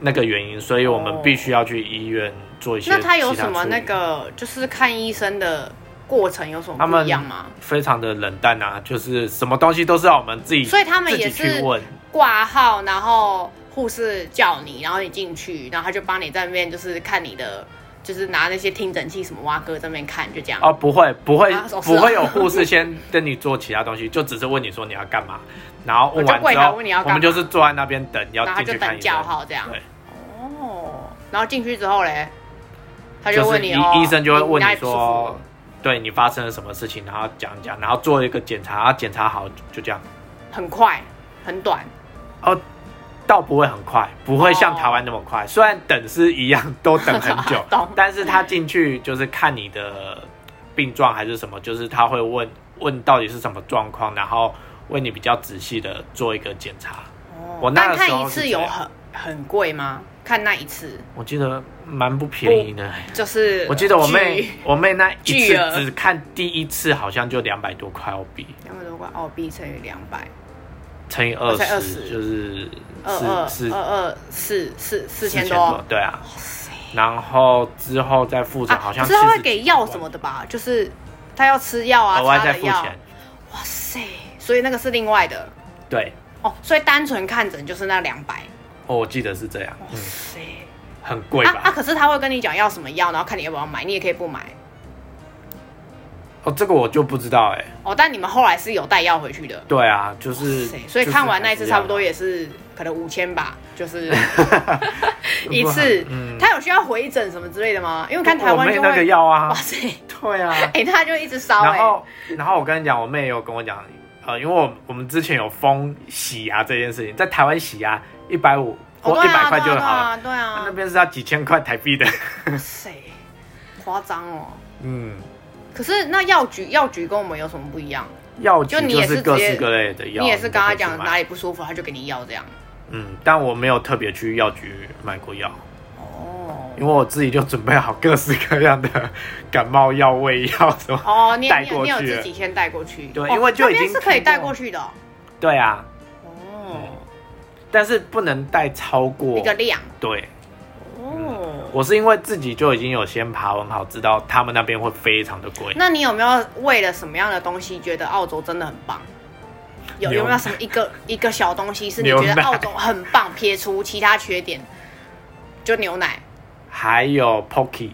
[SPEAKER 2] 那个原因，所以我们必须要去医院做一些。
[SPEAKER 1] 哦那他有什么那？个就是看医生的过程有什么
[SPEAKER 2] 他
[SPEAKER 1] 不
[SPEAKER 2] 们
[SPEAKER 1] 一样吗？
[SPEAKER 2] 非常的冷淡啊，就是什么东西都是要我们自己，
[SPEAKER 1] 所以他们
[SPEAKER 2] 自己
[SPEAKER 1] 也是
[SPEAKER 2] 去问。
[SPEAKER 1] 挂号，然后护士叫你，然后你进去，然后他就帮你在那边就是看你的，就是拿那些听诊器什么挖哥在那边看，就这样。
[SPEAKER 2] 哦，不会，不会，
[SPEAKER 1] 啊哦是
[SPEAKER 2] 不
[SPEAKER 1] 啊
[SPEAKER 2] 会有护士先跟你做其他东西，就只是问你说你要干嘛，然后问
[SPEAKER 1] 就
[SPEAKER 2] 完
[SPEAKER 1] 柜
[SPEAKER 2] 之
[SPEAKER 1] 台
[SPEAKER 2] 后，
[SPEAKER 1] 问你要干
[SPEAKER 2] 我
[SPEAKER 1] 嘛
[SPEAKER 2] 们就是坐在那边等，要
[SPEAKER 1] 然后他
[SPEAKER 2] 进
[SPEAKER 1] 就
[SPEAKER 2] 去看
[SPEAKER 1] 等
[SPEAKER 2] 医
[SPEAKER 1] 叫
[SPEAKER 2] 生。
[SPEAKER 1] 号这样。
[SPEAKER 2] 对，
[SPEAKER 1] 哦，然后进去之后嘞，他
[SPEAKER 2] 就
[SPEAKER 1] 就是问你，
[SPEAKER 2] 医
[SPEAKER 1] 哦
[SPEAKER 2] 医生就会问
[SPEAKER 1] 哪
[SPEAKER 2] 你
[SPEAKER 1] 里不舒服
[SPEAKER 2] 说，对你发生了什么事情，然后讲讲，然后做一个检查，检查好就就这样。
[SPEAKER 1] 很快很短，
[SPEAKER 2] 哦，倒不会很快，不会像
[SPEAKER 1] 哦
[SPEAKER 2] 台湾那么快。虽然等是一样，都等很久
[SPEAKER 1] 懂，
[SPEAKER 2] 但是他进去就是看你的病状还是什么，就是他会问问到底是什么状况，然后为你比较仔细的做一个检查。我那
[SPEAKER 1] 哦但
[SPEAKER 2] 个时
[SPEAKER 1] 看一
[SPEAKER 2] 候是
[SPEAKER 1] 次
[SPEAKER 2] 这
[SPEAKER 1] 有啊
[SPEAKER 2] 样
[SPEAKER 1] 很很贵吗？看那一次
[SPEAKER 2] 我记得蛮不便宜的，欸
[SPEAKER 1] 就是，
[SPEAKER 2] 我记得我妹我妹那一
[SPEAKER 1] 巨
[SPEAKER 2] 次
[SPEAKER 1] 额
[SPEAKER 2] 只看第一次好像就两百多块澳币，
[SPEAKER 1] 两百多块澳币乘以两百，
[SPEAKER 2] 乘以二
[SPEAKER 1] 哦乘以
[SPEAKER 2] 十
[SPEAKER 1] 20
[SPEAKER 2] 就是
[SPEAKER 1] 二
[SPEAKER 2] 四
[SPEAKER 1] 二
[SPEAKER 2] 四
[SPEAKER 1] 二二四四四千多。
[SPEAKER 2] 多，对啊。然后之后再付成
[SPEAKER 1] 啊，
[SPEAKER 2] 好像
[SPEAKER 1] 可是他会
[SPEAKER 2] 70
[SPEAKER 1] 给药什么的吧？就是他要吃药啊，
[SPEAKER 2] 额外
[SPEAKER 1] 擦
[SPEAKER 2] 再
[SPEAKER 1] 的
[SPEAKER 2] 付
[SPEAKER 1] 药。
[SPEAKER 2] 钱。
[SPEAKER 1] 哇塞，所以那个是另外的
[SPEAKER 2] 对，
[SPEAKER 1] 哦，所以单纯看诊就是那两百。
[SPEAKER 2] 哦，我记得是这样，
[SPEAKER 1] 哇
[SPEAKER 2] 嗯，
[SPEAKER 1] 塞，
[SPEAKER 2] 很贵
[SPEAKER 1] 啊
[SPEAKER 2] 吧？
[SPEAKER 1] 啊！可是他会跟你讲要什么药，然后看你要不要买，你也可以不买
[SPEAKER 2] 哦，这个我就不知道哎、
[SPEAKER 1] 哦。但你们后来是有带药回去的。
[SPEAKER 2] 对啊，就是啊
[SPEAKER 1] 对，，所以看完那一次差不多
[SPEAKER 2] 也
[SPEAKER 1] 也是可能五千吧，就是
[SPEAKER 2] 不
[SPEAKER 1] 一次。
[SPEAKER 2] 嗯
[SPEAKER 1] 他有需要回诊什么之类的吗？因为看台湾就
[SPEAKER 2] 我妹那个
[SPEAKER 1] 会，
[SPEAKER 2] 药
[SPEAKER 1] 哇
[SPEAKER 2] 啊，
[SPEAKER 1] 塞，
[SPEAKER 2] 对啊。
[SPEAKER 1] 哎、他就一直烧
[SPEAKER 2] 然
[SPEAKER 1] 哎、
[SPEAKER 2] 后，然后我跟你讲，我妹也有跟我讲，呃，因为我我们之前有封洗牙这件事情，在台湾洗牙一百五或
[SPEAKER 1] 哦，
[SPEAKER 2] 一
[SPEAKER 1] 对
[SPEAKER 2] 百
[SPEAKER 1] 啊，
[SPEAKER 2] 块
[SPEAKER 1] 对
[SPEAKER 2] 就好了，
[SPEAKER 1] 啊，对
[SPEAKER 2] 她
[SPEAKER 1] 啊
[SPEAKER 2] 那，边是要几千块台币的。
[SPEAKER 1] 哇塞，夸张哦。
[SPEAKER 2] 嗯，
[SPEAKER 1] 可是那药局药局跟我们有什么不一样？
[SPEAKER 2] 药
[SPEAKER 1] 就
[SPEAKER 2] 局
[SPEAKER 1] 你
[SPEAKER 2] 就
[SPEAKER 1] 也是
[SPEAKER 2] 是各
[SPEAKER 1] 直接
[SPEAKER 2] 式各类的药，
[SPEAKER 1] 你也是跟
[SPEAKER 2] 都可
[SPEAKER 1] 他
[SPEAKER 2] 以去
[SPEAKER 1] 讲
[SPEAKER 2] 买
[SPEAKER 1] 哪里不舒服，他就给你药这样。
[SPEAKER 2] 嗯，但我没有特别去药局买过药，
[SPEAKER 1] 哦
[SPEAKER 2] 因为我自己就准备好各式各样的感冒药、胃药什么。
[SPEAKER 1] 哦，你有
[SPEAKER 2] 带
[SPEAKER 1] 你有
[SPEAKER 2] 过
[SPEAKER 1] 你有
[SPEAKER 2] 去
[SPEAKER 1] 自
[SPEAKER 2] 了
[SPEAKER 1] 己先带过去，
[SPEAKER 2] 对
[SPEAKER 1] 哦
[SPEAKER 2] 因为就已
[SPEAKER 1] 那边
[SPEAKER 2] 经
[SPEAKER 1] 是可以
[SPEAKER 2] 看
[SPEAKER 1] 带
[SPEAKER 2] 过
[SPEAKER 1] 过去的哦。
[SPEAKER 2] 对啊，
[SPEAKER 1] 哦，
[SPEAKER 2] 但是不能带超过
[SPEAKER 1] 一个。量
[SPEAKER 2] 对，
[SPEAKER 1] 哦。
[SPEAKER 2] 我是因为自己就已经有先爬文好，知道他们那边会非常的贵。
[SPEAKER 1] 那你有没有为了什么样的东西觉得澳洲真的很棒？有
[SPEAKER 2] 牛
[SPEAKER 1] 有没有什么一个一个小东西是你
[SPEAKER 2] 牛
[SPEAKER 1] 觉得
[SPEAKER 2] 奶
[SPEAKER 1] 澳洲很棒，撇除其他缺点，就牛奶。
[SPEAKER 2] 还有 Pocky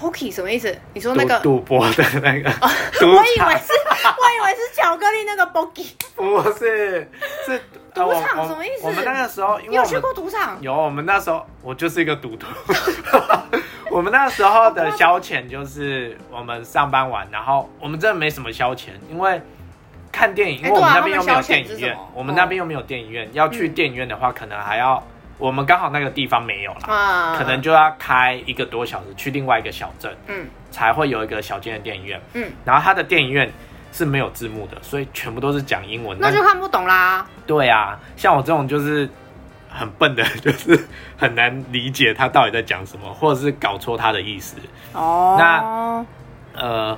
[SPEAKER 1] Pocky 什么意思？你说那
[SPEAKER 2] 赌
[SPEAKER 1] 个？哦
[SPEAKER 2] 赌博的那个 赌
[SPEAKER 1] 我以
[SPEAKER 2] 场
[SPEAKER 1] 为是， 我以为是巧克力那个 Pocky。
[SPEAKER 2] 不是 是呃我
[SPEAKER 1] 赌场
[SPEAKER 2] 我
[SPEAKER 1] 什么意思
[SPEAKER 2] 我们那个时候，因
[SPEAKER 1] 你
[SPEAKER 2] 为
[SPEAKER 1] 有
[SPEAKER 2] 我
[SPEAKER 1] 去
[SPEAKER 2] 们
[SPEAKER 1] 过赌场？
[SPEAKER 2] 有，我们那时候我就是一个赌徒。 我们那时候的消遣就是我们上班完，然后我们真的没什么消遣，因为看电影，因
[SPEAKER 1] 哎
[SPEAKER 2] 为我
[SPEAKER 1] 对啊
[SPEAKER 2] 们那边又没
[SPEAKER 1] 他
[SPEAKER 2] 有
[SPEAKER 1] 们
[SPEAKER 2] 电
[SPEAKER 1] 消遣是
[SPEAKER 2] 影
[SPEAKER 1] 什
[SPEAKER 2] 院
[SPEAKER 1] 么，嗯
[SPEAKER 2] 我们那边又没有电影院，要去电影院的话，可能还要我们刚好那个地方没有啦，
[SPEAKER 1] 啊，
[SPEAKER 2] 可能就要开一个多小时去另外一个小镇，
[SPEAKER 1] 嗯
[SPEAKER 2] 才会有一个小间的电影院。
[SPEAKER 1] 嗯，
[SPEAKER 2] 然后它的电影院是没有字幕的，所以全部都是讲英文。
[SPEAKER 1] 那就看不懂啦。
[SPEAKER 2] 对啊，像我这种就是很笨的， 就是很难理解他到底在讲什么，或者是搞错他的意思。
[SPEAKER 1] 哦
[SPEAKER 2] 那呃，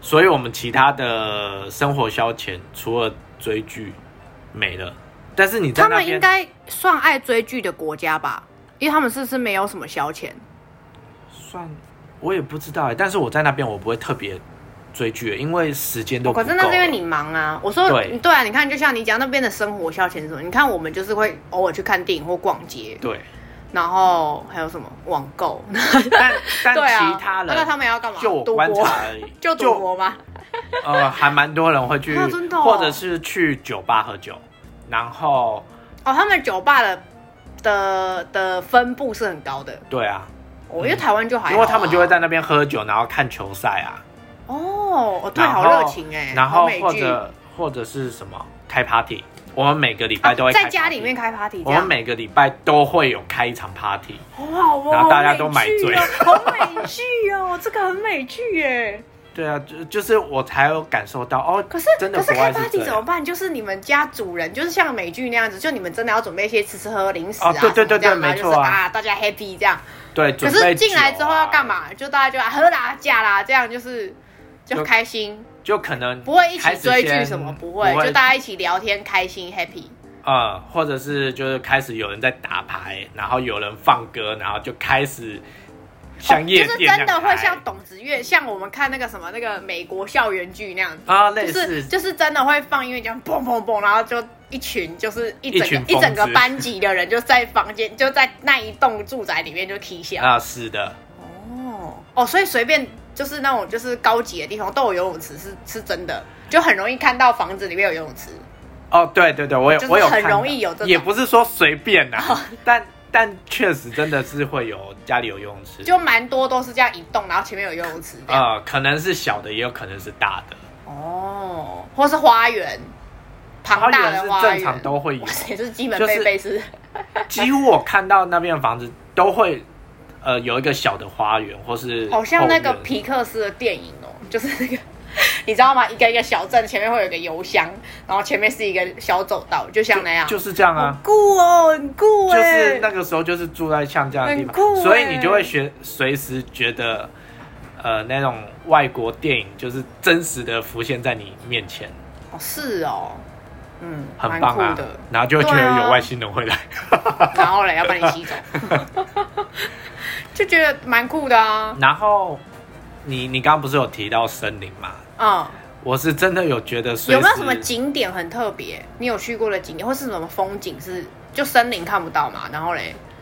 [SPEAKER 2] 所以我们其他的生活消遣除了追剧没了，但是你在
[SPEAKER 1] 他
[SPEAKER 2] 那
[SPEAKER 1] 们应
[SPEAKER 2] 边
[SPEAKER 1] 该算爱追剧的国家吧？因为他们是不是没有什么消遣？
[SPEAKER 2] 算我也不知道哎，但是我在那边我不会特别追剧，欸因为时间都
[SPEAKER 1] 哦
[SPEAKER 2] 不
[SPEAKER 1] 可
[SPEAKER 2] 哦够。
[SPEAKER 1] 是那是因为你忙啊。我说
[SPEAKER 2] 对
[SPEAKER 1] 对啊，你看，就像你讲那边的生活消遣是什么，你看我们就是会偶尔去看电影或逛街，
[SPEAKER 2] 对，
[SPEAKER 1] 然后还有什么网购，
[SPEAKER 2] 但 但
[SPEAKER 1] 对啊，
[SPEAKER 2] 其他人
[SPEAKER 1] 那他们要干嘛？
[SPEAKER 2] 就我
[SPEAKER 1] 赌
[SPEAKER 2] 观
[SPEAKER 1] 博，
[SPEAKER 2] 察而已，
[SPEAKER 1] 就赌博吗？
[SPEAKER 2] 呃，还蛮多人会去，
[SPEAKER 1] 啊真的哦
[SPEAKER 2] 或者是去酒吧喝酒，然后
[SPEAKER 1] 哦，他们酒吧的的的分布是很高的，
[SPEAKER 2] 对啊，
[SPEAKER 1] 我、因为台湾就还好啊
[SPEAKER 2] 因为他们就会在那边喝酒，然后看球赛啊，
[SPEAKER 1] 哦，哦对，
[SPEAKER 2] 然后
[SPEAKER 1] 好热情哎，
[SPEAKER 2] 然
[SPEAKER 1] 好
[SPEAKER 2] 后
[SPEAKER 1] 美
[SPEAKER 2] 或
[SPEAKER 1] 剧
[SPEAKER 2] 者或者是什么开 party，我们每个礼
[SPEAKER 1] 啊
[SPEAKER 2] 拜都会、
[SPEAKER 1] 在家里面。开 party，这
[SPEAKER 2] 我们
[SPEAKER 1] 样
[SPEAKER 2] 每个礼拜都会有开一场 party，
[SPEAKER 1] 好好哦，
[SPEAKER 2] 然后大家都
[SPEAKER 1] 好美剧
[SPEAKER 2] 买醉
[SPEAKER 1] 哦好美剧哦，这个很美剧耶。
[SPEAKER 2] 对啊，就就是我才有感受到哦。
[SPEAKER 1] 可是
[SPEAKER 2] 真的
[SPEAKER 1] 可是
[SPEAKER 2] 国
[SPEAKER 1] 开
[SPEAKER 2] 外是
[SPEAKER 1] party
[SPEAKER 2] 这
[SPEAKER 1] 怎么
[SPEAKER 2] 样
[SPEAKER 1] 办？就是你们家主人，就是像美剧那样子，就你们真的要准备一些吃吃喝喝零食啊，
[SPEAKER 2] 哦对对对对
[SPEAKER 1] 什么这样
[SPEAKER 2] 没
[SPEAKER 1] 子
[SPEAKER 2] 错啊
[SPEAKER 1] 就是啊，大家 happy 这样。
[SPEAKER 2] 对，
[SPEAKER 1] 可
[SPEAKER 2] 准备
[SPEAKER 1] 是进来
[SPEAKER 2] 酒
[SPEAKER 1] 之后要干
[SPEAKER 2] 啊？
[SPEAKER 1] 嘛？就大家就啊喝啦、嫁啦，这样就是就
[SPEAKER 2] 就
[SPEAKER 1] 开心，
[SPEAKER 2] 就可能
[SPEAKER 1] 不会一
[SPEAKER 2] 开
[SPEAKER 1] 起
[SPEAKER 2] 始
[SPEAKER 1] 追剧
[SPEAKER 2] 先
[SPEAKER 1] 什么，不
[SPEAKER 2] 不
[SPEAKER 1] 会，
[SPEAKER 2] 会
[SPEAKER 1] 就大家一起聊天，开心 happy。
[SPEAKER 2] 呃，或者是就是开始有人在打牌，然后有人放歌，然后就开始像夜
[SPEAKER 1] 哦就是
[SPEAKER 2] 店那样开、
[SPEAKER 1] 真的会像董子越，像我们看那个什么那个美国校园剧那样子，
[SPEAKER 2] 啊，类
[SPEAKER 1] 就
[SPEAKER 2] 似
[SPEAKER 1] 是就是真的会放音乐，这样砰砰砰，然后就一群就是一整
[SPEAKER 2] 一群
[SPEAKER 1] 个
[SPEAKER 2] 疯子
[SPEAKER 1] 一整个班级的人就在房间就在那一栋住宅里面就 k 笑。
[SPEAKER 2] 啊、是的，
[SPEAKER 1] 哦哦，所以随便就是那种就是高级的地方都有游泳池是是真的，就很容易看到房子里面有游泳池。
[SPEAKER 2] 哦，对对对，我有
[SPEAKER 1] 就是
[SPEAKER 2] 我有
[SPEAKER 1] 很
[SPEAKER 2] 看
[SPEAKER 1] 容
[SPEAKER 2] 到
[SPEAKER 1] 易有这种哦
[SPEAKER 2] 也不是说随便呐、啊， 但但确实真的是会有家里有游泳池，
[SPEAKER 1] 就蛮多都是这样一栋，然后前面有游泳池这样。
[SPEAKER 2] 呃，可能是小的，也有可能是大的，
[SPEAKER 1] 哦，或是花园，庞大的
[SPEAKER 2] 花园是
[SPEAKER 1] 花
[SPEAKER 2] 正
[SPEAKER 1] 园。
[SPEAKER 2] 常都会有
[SPEAKER 1] 哇，塞，这是基本
[SPEAKER 2] 就
[SPEAKER 1] 配
[SPEAKER 2] 是
[SPEAKER 1] 备是
[SPEAKER 2] 几乎我看到那边的房子都会呃有一个小的花园或是
[SPEAKER 1] 好像那个
[SPEAKER 2] 后院
[SPEAKER 1] 皮克斯的电影哦， 就是那个。你知道吗？一个一个小镇前面会有一个邮箱，然后前面是一个小走道，就像那样，
[SPEAKER 2] 就是这样啊，
[SPEAKER 1] 酷哦，很酷
[SPEAKER 2] 就
[SPEAKER 1] 哎、
[SPEAKER 2] 是那个时候就是住在像这样的地方，
[SPEAKER 1] 很酷欸
[SPEAKER 2] 所以你就会学随时觉得，呃，那种外国电影就是真实的浮现在你面前，
[SPEAKER 1] 哦是哦，嗯，
[SPEAKER 2] 很
[SPEAKER 1] 蛮
[SPEAKER 2] 棒啊
[SPEAKER 1] 酷的。
[SPEAKER 2] 然后就会觉
[SPEAKER 1] 对啊
[SPEAKER 2] 得有外星人会来，
[SPEAKER 1] 然后嘞，要把你吸 走， 就觉得蛮酷的啊。
[SPEAKER 2] 然后你你刚刚不是有提到森林嘛？
[SPEAKER 1] 嗯，
[SPEAKER 2] 我是真的有觉得随
[SPEAKER 1] 有
[SPEAKER 2] 时
[SPEAKER 1] 没有什么景点很特别？你有去过的景点，或是什么风景是就森林看不到嘛？然后嘞，
[SPEAKER 2] 嗯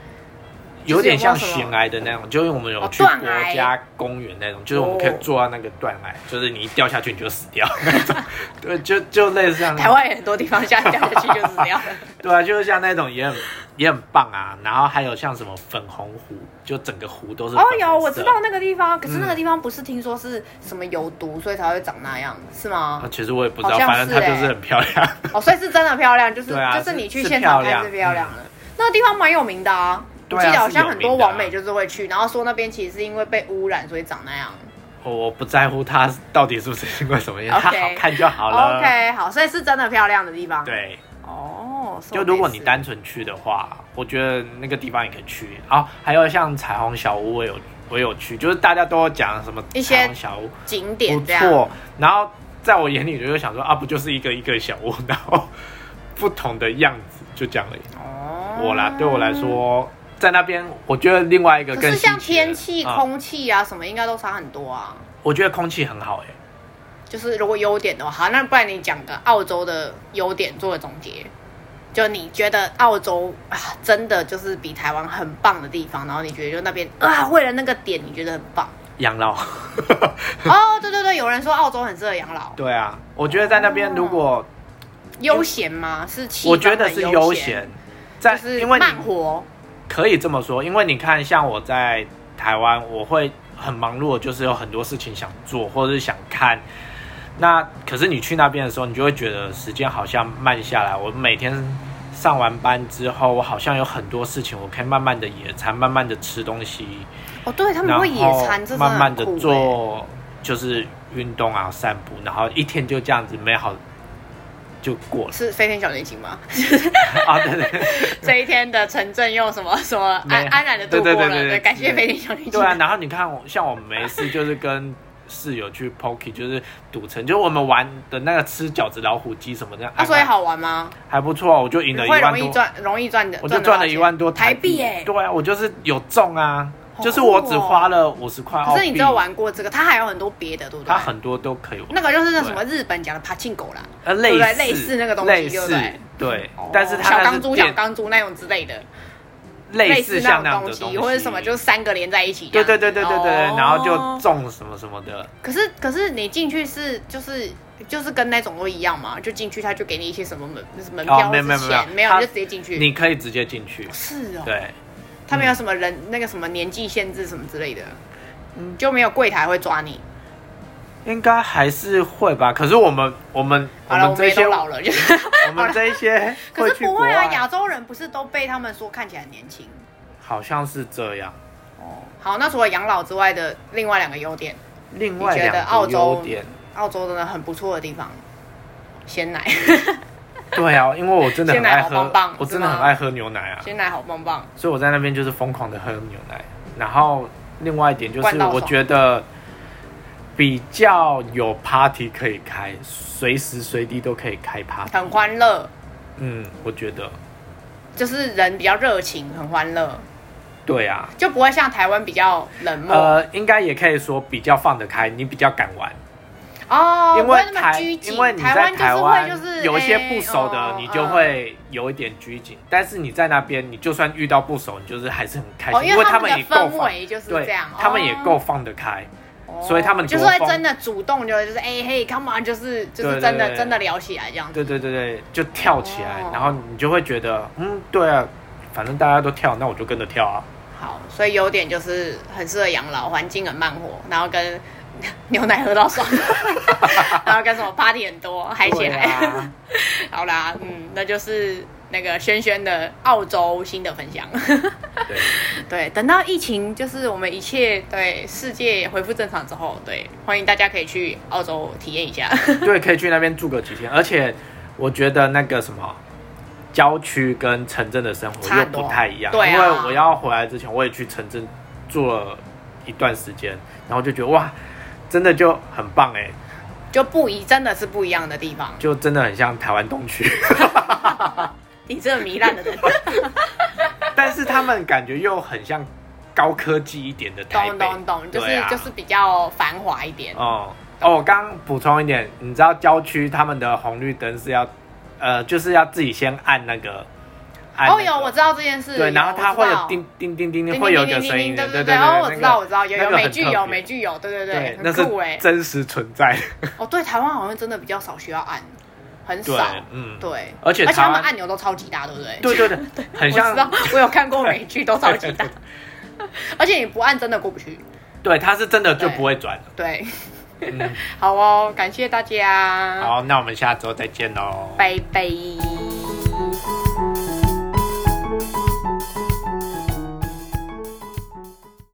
[SPEAKER 2] 有点像
[SPEAKER 1] 就是有没有什
[SPEAKER 2] 悬
[SPEAKER 1] 么
[SPEAKER 2] 崖的那种，就是我们有
[SPEAKER 1] 哦
[SPEAKER 2] 去
[SPEAKER 1] 断
[SPEAKER 2] 国
[SPEAKER 1] 崖
[SPEAKER 2] 家公园那种，就是我们可以
[SPEAKER 1] 哦
[SPEAKER 2] 坐到那个断崖，就是你一掉下去你就死掉那种， 对，就就类似这样。
[SPEAKER 1] 台湾也很多地方下掉下去就是这样。
[SPEAKER 2] 对啊，就是像那种也很也很棒啊，然后还有像什么粉红湖，就整个湖都是
[SPEAKER 1] 哦，
[SPEAKER 2] 粉
[SPEAKER 1] 有
[SPEAKER 2] 红
[SPEAKER 1] 我知
[SPEAKER 2] 色嗯
[SPEAKER 1] 道那个地方，可是那个地方不是听说是什么有毒，所以才会长那样，是吗
[SPEAKER 2] 啊，？其实我也不知道，
[SPEAKER 1] 好像
[SPEAKER 2] 反正它
[SPEAKER 1] 是
[SPEAKER 2] 就
[SPEAKER 1] 欸
[SPEAKER 2] 是很漂亮。
[SPEAKER 1] 哦，所以是真的漂亮，就是、
[SPEAKER 2] 啊对啊
[SPEAKER 1] 就是你去
[SPEAKER 2] 是
[SPEAKER 1] 现场
[SPEAKER 2] 是
[SPEAKER 1] 看
[SPEAKER 2] 漂亮嗯
[SPEAKER 1] 是漂亮的。那个地方蛮有名的啊，
[SPEAKER 2] 对
[SPEAKER 1] 我
[SPEAKER 2] 啊
[SPEAKER 1] 记得好像很
[SPEAKER 2] 是有
[SPEAKER 1] 多
[SPEAKER 2] 名的啊
[SPEAKER 1] 网美就是会去，然后说那边其实是因为被污染所以长那样。
[SPEAKER 2] 我我不在乎它到底是不是因为什么原因，它
[SPEAKER 1] OK
[SPEAKER 2] 好看就好了。
[SPEAKER 1] OK，好，所以是真的漂亮的地方。，
[SPEAKER 2] 对，
[SPEAKER 1] 哦，
[SPEAKER 2] 就如果你单纯去的话，我觉得那个地方也可以去啊。还有像彩虹小屋，我有我有去，就是大家都有讲什么
[SPEAKER 1] 一些
[SPEAKER 2] 彩虹小屋
[SPEAKER 1] 景
[SPEAKER 2] 不
[SPEAKER 1] 点这样，
[SPEAKER 2] 错，然后在我眼里我就想说啊，不就是一个一个小屋， 然后不同的样子，就这样而已。
[SPEAKER 1] 哦
[SPEAKER 2] 我啦，对我来，说，在那边我觉得另外一个
[SPEAKER 1] 可
[SPEAKER 2] 更
[SPEAKER 1] 是像
[SPEAKER 2] 稀奇的
[SPEAKER 1] 天气、
[SPEAKER 2] 嗯
[SPEAKER 1] 空气啊什么，应该都差很多啊。
[SPEAKER 2] 我觉得空气很好哎、
[SPEAKER 1] 就是如果优点的话，好，那不然你讲个澳洲的优点做个总结，就你觉得澳洲啊真的就是比台湾很棒的地方，然后你觉得就那边啊为了那个点你觉得很 棒
[SPEAKER 2] 养老。
[SPEAKER 1] 哦，对对对，有人说澳洲很适合养老，
[SPEAKER 2] 对啊，我觉得在那
[SPEAKER 1] 哦
[SPEAKER 2] 边如果、
[SPEAKER 1] 悠闲吗？是气氛
[SPEAKER 2] 我觉得是
[SPEAKER 1] 很
[SPEAKER 2] 悠
[SPEAKER 1] 闲，
[SPEAKER 2] 闲，在、
[SPEAKER 1] 就是
[SPEAKER 2] 因为
[SPEAKER 1] 慢
[SPEAKER 2] 你
[SPEAKER 1] 活
[SPEAKER 2] 可以这么说，因为你看像我在台湾，我会很忙碌，就是有很多事情想做或者是想看。那可是你去那边的时候，你就会觉得时间好像慢下来。我每天上完班之后，我好像有很多事情，我可以慢慢的野餐，慢慢的吃东西，
[SPEAKER 1] 哦，对他
[SPEAKER 2] 然
[SPEAKER 1] 们
[SPEAKER 2] 后
[SPEAKER 1] 会野餐，这真
[SPEAKER 2] 慢慢
[SPEAKER 1] 很
[SPEAKER 2] 的
[SPEAKER 1] 酷欸
[SPEAKER 2] 做就是运动啊、散步，然后一天就这样子美好就过 了
[SPEAKER 1] 是飞天小女警吗？
[SPEAKER 2] 啊！对对对
[SPEAKER 1] 这一天的城镇又什么什么
[SPEAKER 2] 没
[SPEAKER 1] 安安然的度过
[SPEAKER 2] 对对
[SPEAKER 1] 了，
[SPEAKER 2] 对对对
[SPEAKER 1] 对，感谢飞天小女警。
[SPEAKER 2] 对啊！然后你看我，像我没事就是跟室友去 Pocky，就是赌城，就是我们玩的那个吃饺子、老虎机什么的，
[SPEAKER 1] 啊，所以好玩吗？
[SPEAKER 2] 还不错，我就赢了一
[SPEAKER 1] 会
[SPEAKER 2] 万
[SPEAKER 1] 容易
[SPEAKER 2] 多。
[SPEAKER 1] 赚，容易赚的，
[SPEAKER 2] 我就赚了
[SPEAKER 1] 到
[SPEAKER 2] 一
[SPEAKER 1] 钱
[SPEAKER 2] 万多
[SPEAKER 1] 台
[SPEAKER 2] 币
[SPEAKER 1] 币哎、
[SPEAKER 2] 对啊，我就是有中啊，就是我只花了五十块澳
[SPEAKER 1] 哦可
[SPEAKER 2] 币。
[SPEAKER 1] 是你只有玩过这个，它还有很多别的，对不对？
[SPEAKER 2] 它很多都可以玩，
[SPEAKER 1] 那个就是那什么日本讲的爬进狗啦，
[SPEAKER 2] 呃
[SPEAKER 1] 对
[SPEAKER 2] 类
[SPEAKER 1] 不对
[SPEAKER 2] 似
[SPEAKER 1] 类似那个东西
[SPEAKER 2] 类
[SPEAKER 1] 对不
[SPEAKER 2] 似
[SPEAKER 1] 对
[SPEAKER 2] 对哦但是它
[SPEAKER 1] 小
[SPEAKER 2] 那
[SPEAKER 1] 钢
[SPEAKER 2] 是
[SPEAKER 1] 珠、
[SPEAKER 2] 电
[SPEAKER 1] 小钢珠那种之类的，
[SPEAKER 2] 类
[SPEAKER 1] 似
[SPEAKER 2] 似像
[SPEAKER 1] 那
[SPEAKER 2] 那
[SPEAKER 1] 种
[SPEAKER 2] 样的
[SPEAKER 1] 西，
[SPEAKER 2] 西，
[SPEAKER 1] 或者什么，就是三个连在一起这
[SPEAKER 2] 对
[SPEAKER 1] 样。
[SPEAKER 2] 对对对对对，
[SPEAKER 1] 哦
[SPEAKER 2] 然后就中什么什么的，
[SPEAKER 1] 可是可是你进去是就是就是跟那种都一样嘛，就进去他就给你一些什么门就是门票
[SPEAKER 2] 哦
[SPEAKER 1] 或者
[SPEAKER 2] 没有没有
[SPEAKER 1] 是
[SPEAKER 2] 没有
[SPEAKER 1] 钱，没有
[SPEAKER 2] 他
[SPEAKER 1] 你就直接进去。哦
[SPEAKER 2] 你可以直接进去，
[SPEAKER 1] 是哦，
[SPEAKER 2] 对，
[SPEAKER 1] 他没有什么人那个什么年纪限制什么之类的，嗯，就没有柜台会抓你。
[SPEAKER 2] 应该还是会吧。可是我们我们我
[SPEAKER 1] 好了，
[SPEAKER 2] 们
[SPEAKER 1] 我们
[SPEAKER 2] 这
[SPEAKER 1] 也
[SPEAKER 2] 些
[SPEAKER 1] 都老 了，就是。
[SPEAKER 2] 我们这一些
[SPEAKER 1] 可是
[SPEAKER 2] 去
[SPEAKER 1] 不
[SPEAKER 2] 国
[SPEAKER 1] 会
[SPEAKER 2] 外，
[SPEAKER 1] 啊，亚洲人不是都被他们说看起来很年轻？
[SPEAKER 2] 好像是这样。哦
[SPEAKER 1] 好，那除了养老之外的另外两个优点，
[SPEAKER 2] 另外
[SPEAKER 1] 你觉
[SPEAKER 2] 两
[SPEAKER 1] 得澳
[SPEAKER 2] 个
[SPEAKER 1] 洲
[SPEAKER 2] 优点，
[SPEAKER 1] 澳洲真的很不错的地方，鲜 奶，
[SPEAKER 2] 对啊，因为我真的
[SPEAKER 1] 鲜
[SPEAKER 2] 很
[SPEAKER 1] 奶
[SPEAKER 2] 爱
[SPEAKER 1] 好
[SPEAKER 2] 喝，
[SPEAKER 1] 棒棒
[SPEAKER 2] 我
[SPEAKER 1] 是
[SPEAKER 2] 真的
[SPEAKER 1] 吗
[SPEAKER 2] 很爱喝牛奶啊，
[SPEAKER 1] 鲜奶好棒棒。
[SPEAKER 2] 所以我在那边就是疯狂的喝牛奶。然后另外一点就
[SPEAKER 1] 灌
[SPEAKER 2] 是，
[SPEAKER 1] 到
[SPEAKER 2] 我
[SPEAKER 1] 爽
[SPEAKER 2] 觉得比较有 party 可以开，随时随地都可以开 party。
[SPEAKER 1] 很欢乐，
[SPEAKER 2] 嗯，我觉得
[SPEAKER 1] 就是人比较热情，很欢乐，
[SPEAKER 2] 对啊，
[SPEAKER 1] 就不会像台湾比较冷漠、
[SPEAKER 2] 呃，应该也可以说比较放得开，你比较敢玩。
[SPEAKER 1] 哦，
[SPEAKER 2] 因
[SPEAKER 1] 不会
[SPEAKER 2] 为
[SPEAKER 1] 那么
[SPEAKER 2] 台，
[SPEAKER 1] 拘谨。
[SPEAKER 2] 因为你在台
[SPEAKER 1] 湾
[SPEAKER 2] 湾
[SPEAKER 1] 就是会就是
[SPEAKER 2] 有一些
[SPEAKER 1] 哎
[SPEAKER 2] 不熟的
[SPEAKER 1] 哦，
[SPEAKER 2] 你就会有一点拘谨。但是你在那边，你就算遇到不熟，你就是还是很开
[SPEAKER 1] 哦
[SPEAKER 2] 心，
[SPEAKER 1] 因为
[SPEAKER 2] 为
[SPEAKER 1] 他
[SPEAKER 2] 他
[SPEAKER 1] 们
[SPEAKER 2] 们
[SPEAKER 1] 的
[SPEAKER 2] 也够
[SPEAKER 1] 氛
[SPEAKER 2] 放
[SPEAKER 1] 围就是
[SPEAKER 2] 对
[SPEAKER 1] 这样
[SPEAKER 2] 他们也
[SPEAKER 1] 哦
[SPEAKER 2] 够放得开。
[SPEAKER 1] 哦
[SPEAKER 2] 所以他们
[SPEAKER 1] 就是
[SPEAKER 2] 国
[SPEAKER 1] 会
[SPEAKER 2] 风
[SPEAKER 1] 真的主动，就是就是哎嘿，come on，就是就是
[SPEAKER 2] 对
[SPEAKER 1] 真的
[SPEAKER 2] 对对
[SPEAKER 1] 真的聊起来这样子。
[SPEAKER 2] 对对对对，就跳起来
[SPEAKER 1] 哦，
[SPEAKER 2] 然后你就会觉得，嗯，对啊，反正大家都跳，那我就跟着 跳啊。
[SPEAKER 1] 好，所以优点就是很适合养老，环境很慢活，然后跟牛奶喝到 爽，然后跟什么 party 很多，嗨起
[SPEAKER 2] 对
[SPEAKER 1] 来。
[SPEAKER 2] 啊，
[SPEAKER 1] 好啦，嗯，那就是那个轩轩的澳洲新的分享。
[SPEAKER 2] 对，
[SPEAKER 1] 对，等到疫情就是我们一切对世界恢复正常之后，对，欢迎大家可以去澳洲体验一下。
[SPEAKER 2] 对，可以去那边住个几天，而且我觉得那个什么。郊区跟城镇的生活
[SPEAKER 1] 差
[SPEAKER 2] 又
[SPEAKER 1] 很多
[SPEAKER 2] 不太一样，
[SPEAKER 1] 对啊
[SPEAKER 2] 因为我要回来之前，我也去城镇住了一段时间，然后就觉得哇，真的就很棒哎，
[SPEAKER 1] 就不一真的是不一样的地方。
[SPEAKER 2] 就真的很像台湾 东区，
[SPEAKER 1] 你这个糜烂的人，
[SPEAKER 2] 但是他们感觉又很像高科技一点的 台
[SPEAKER 1] 懂
[SPEAKER 2] 北，
[SPEAKER 1] 懂懂，就是、
[SPEAKER 2] 对啊
[SPEAKER 1] 就是比较繁华一点。
[SPEAKER 2] 哦哦，我刚补充一点，你知道郊区他们的红绿灯是要，呃，就是要自己先按那个，按那
[SPEAKER 1] 哦，
[SPEAKER 2] 个
[SPEAKER 1] 有我知道这件事，
[SPEAKER 2] 对，然后它会
[SPEAKER 1] 我知
[SPEAKER 2] 有
[SPEAKER 1] 道
[SPEAKER 2] 叮叮叮叮
[SPEAKER 1] 叮
[SPEAKER 2] 叮，
[SPEAKER 1] 叮
[SPEAKER 2] 会有一
[SPEAKER 1] 叮
[SPEAKER 2] 个
[SPEAKER 1] 叮
[SPEAKER 2] 声
[SPEAKER 1] 叮
[SPEAKER 2] 音的，
[SPEAKER 1] 对
[SPEAKER 2] 对
[SPEAKER 1] 对，哦，我知道我知道，有
[SPEAKER 2] 那
[SPEAKER 1] 有
[SPEAKER 2] 个
[SPEAKER 1] 美
[SPEAKER 2] 很
[SPEAKER 1] 剧
[SPEAKER 2] 特
[SPEAKER 1] 有
[SPEAKER 2] 别
[SPEAKER 1] 美剧有，对对
[SPEAKER 2] 对，那
[SPEAKER 1] 很
[SPEAKER 2] 是
[SPEAKER 1] 酷哎。
[SPEAKER 2] 真实存在 的，
[SPEAKER 1] 哦，对，台湾好像真的比较少需要按，很
[SPEAKER 2] 对
[SPEAKER 1] 少，，
[SPEAKER 2] 嗯，
[SPEAKER 1] 对，
[SPEAKER 2] 而且
[SPEAKER 1] 而且
[SPEAKER 2] 台
[SPEAKER 1] 他们
[SPEAKER 2] 湾
[SPEAKER 1] 按钮都超级大，对不对？
[SPEAKER 2] 对对对， 很
[SPEAKER 1] 我知道
[SPEAKER 2] 像，，
[SPEAKER 1] 我有看过美剧，都超 级大。而且你不按真的过不去。
[SPEAKER 2] 对，它是真的就
[SPEAKER 1] 对
[SPEAKER 2] 不会转了。
[SPEAKER 1] 对，
[SPEAKER 2] 嗯，
[SPEAKER 1] 好哦，感谢大家，
[SPEAKER 2] 好，那我们下周再见喽，哦
[SPEAKER 1] 拜拜。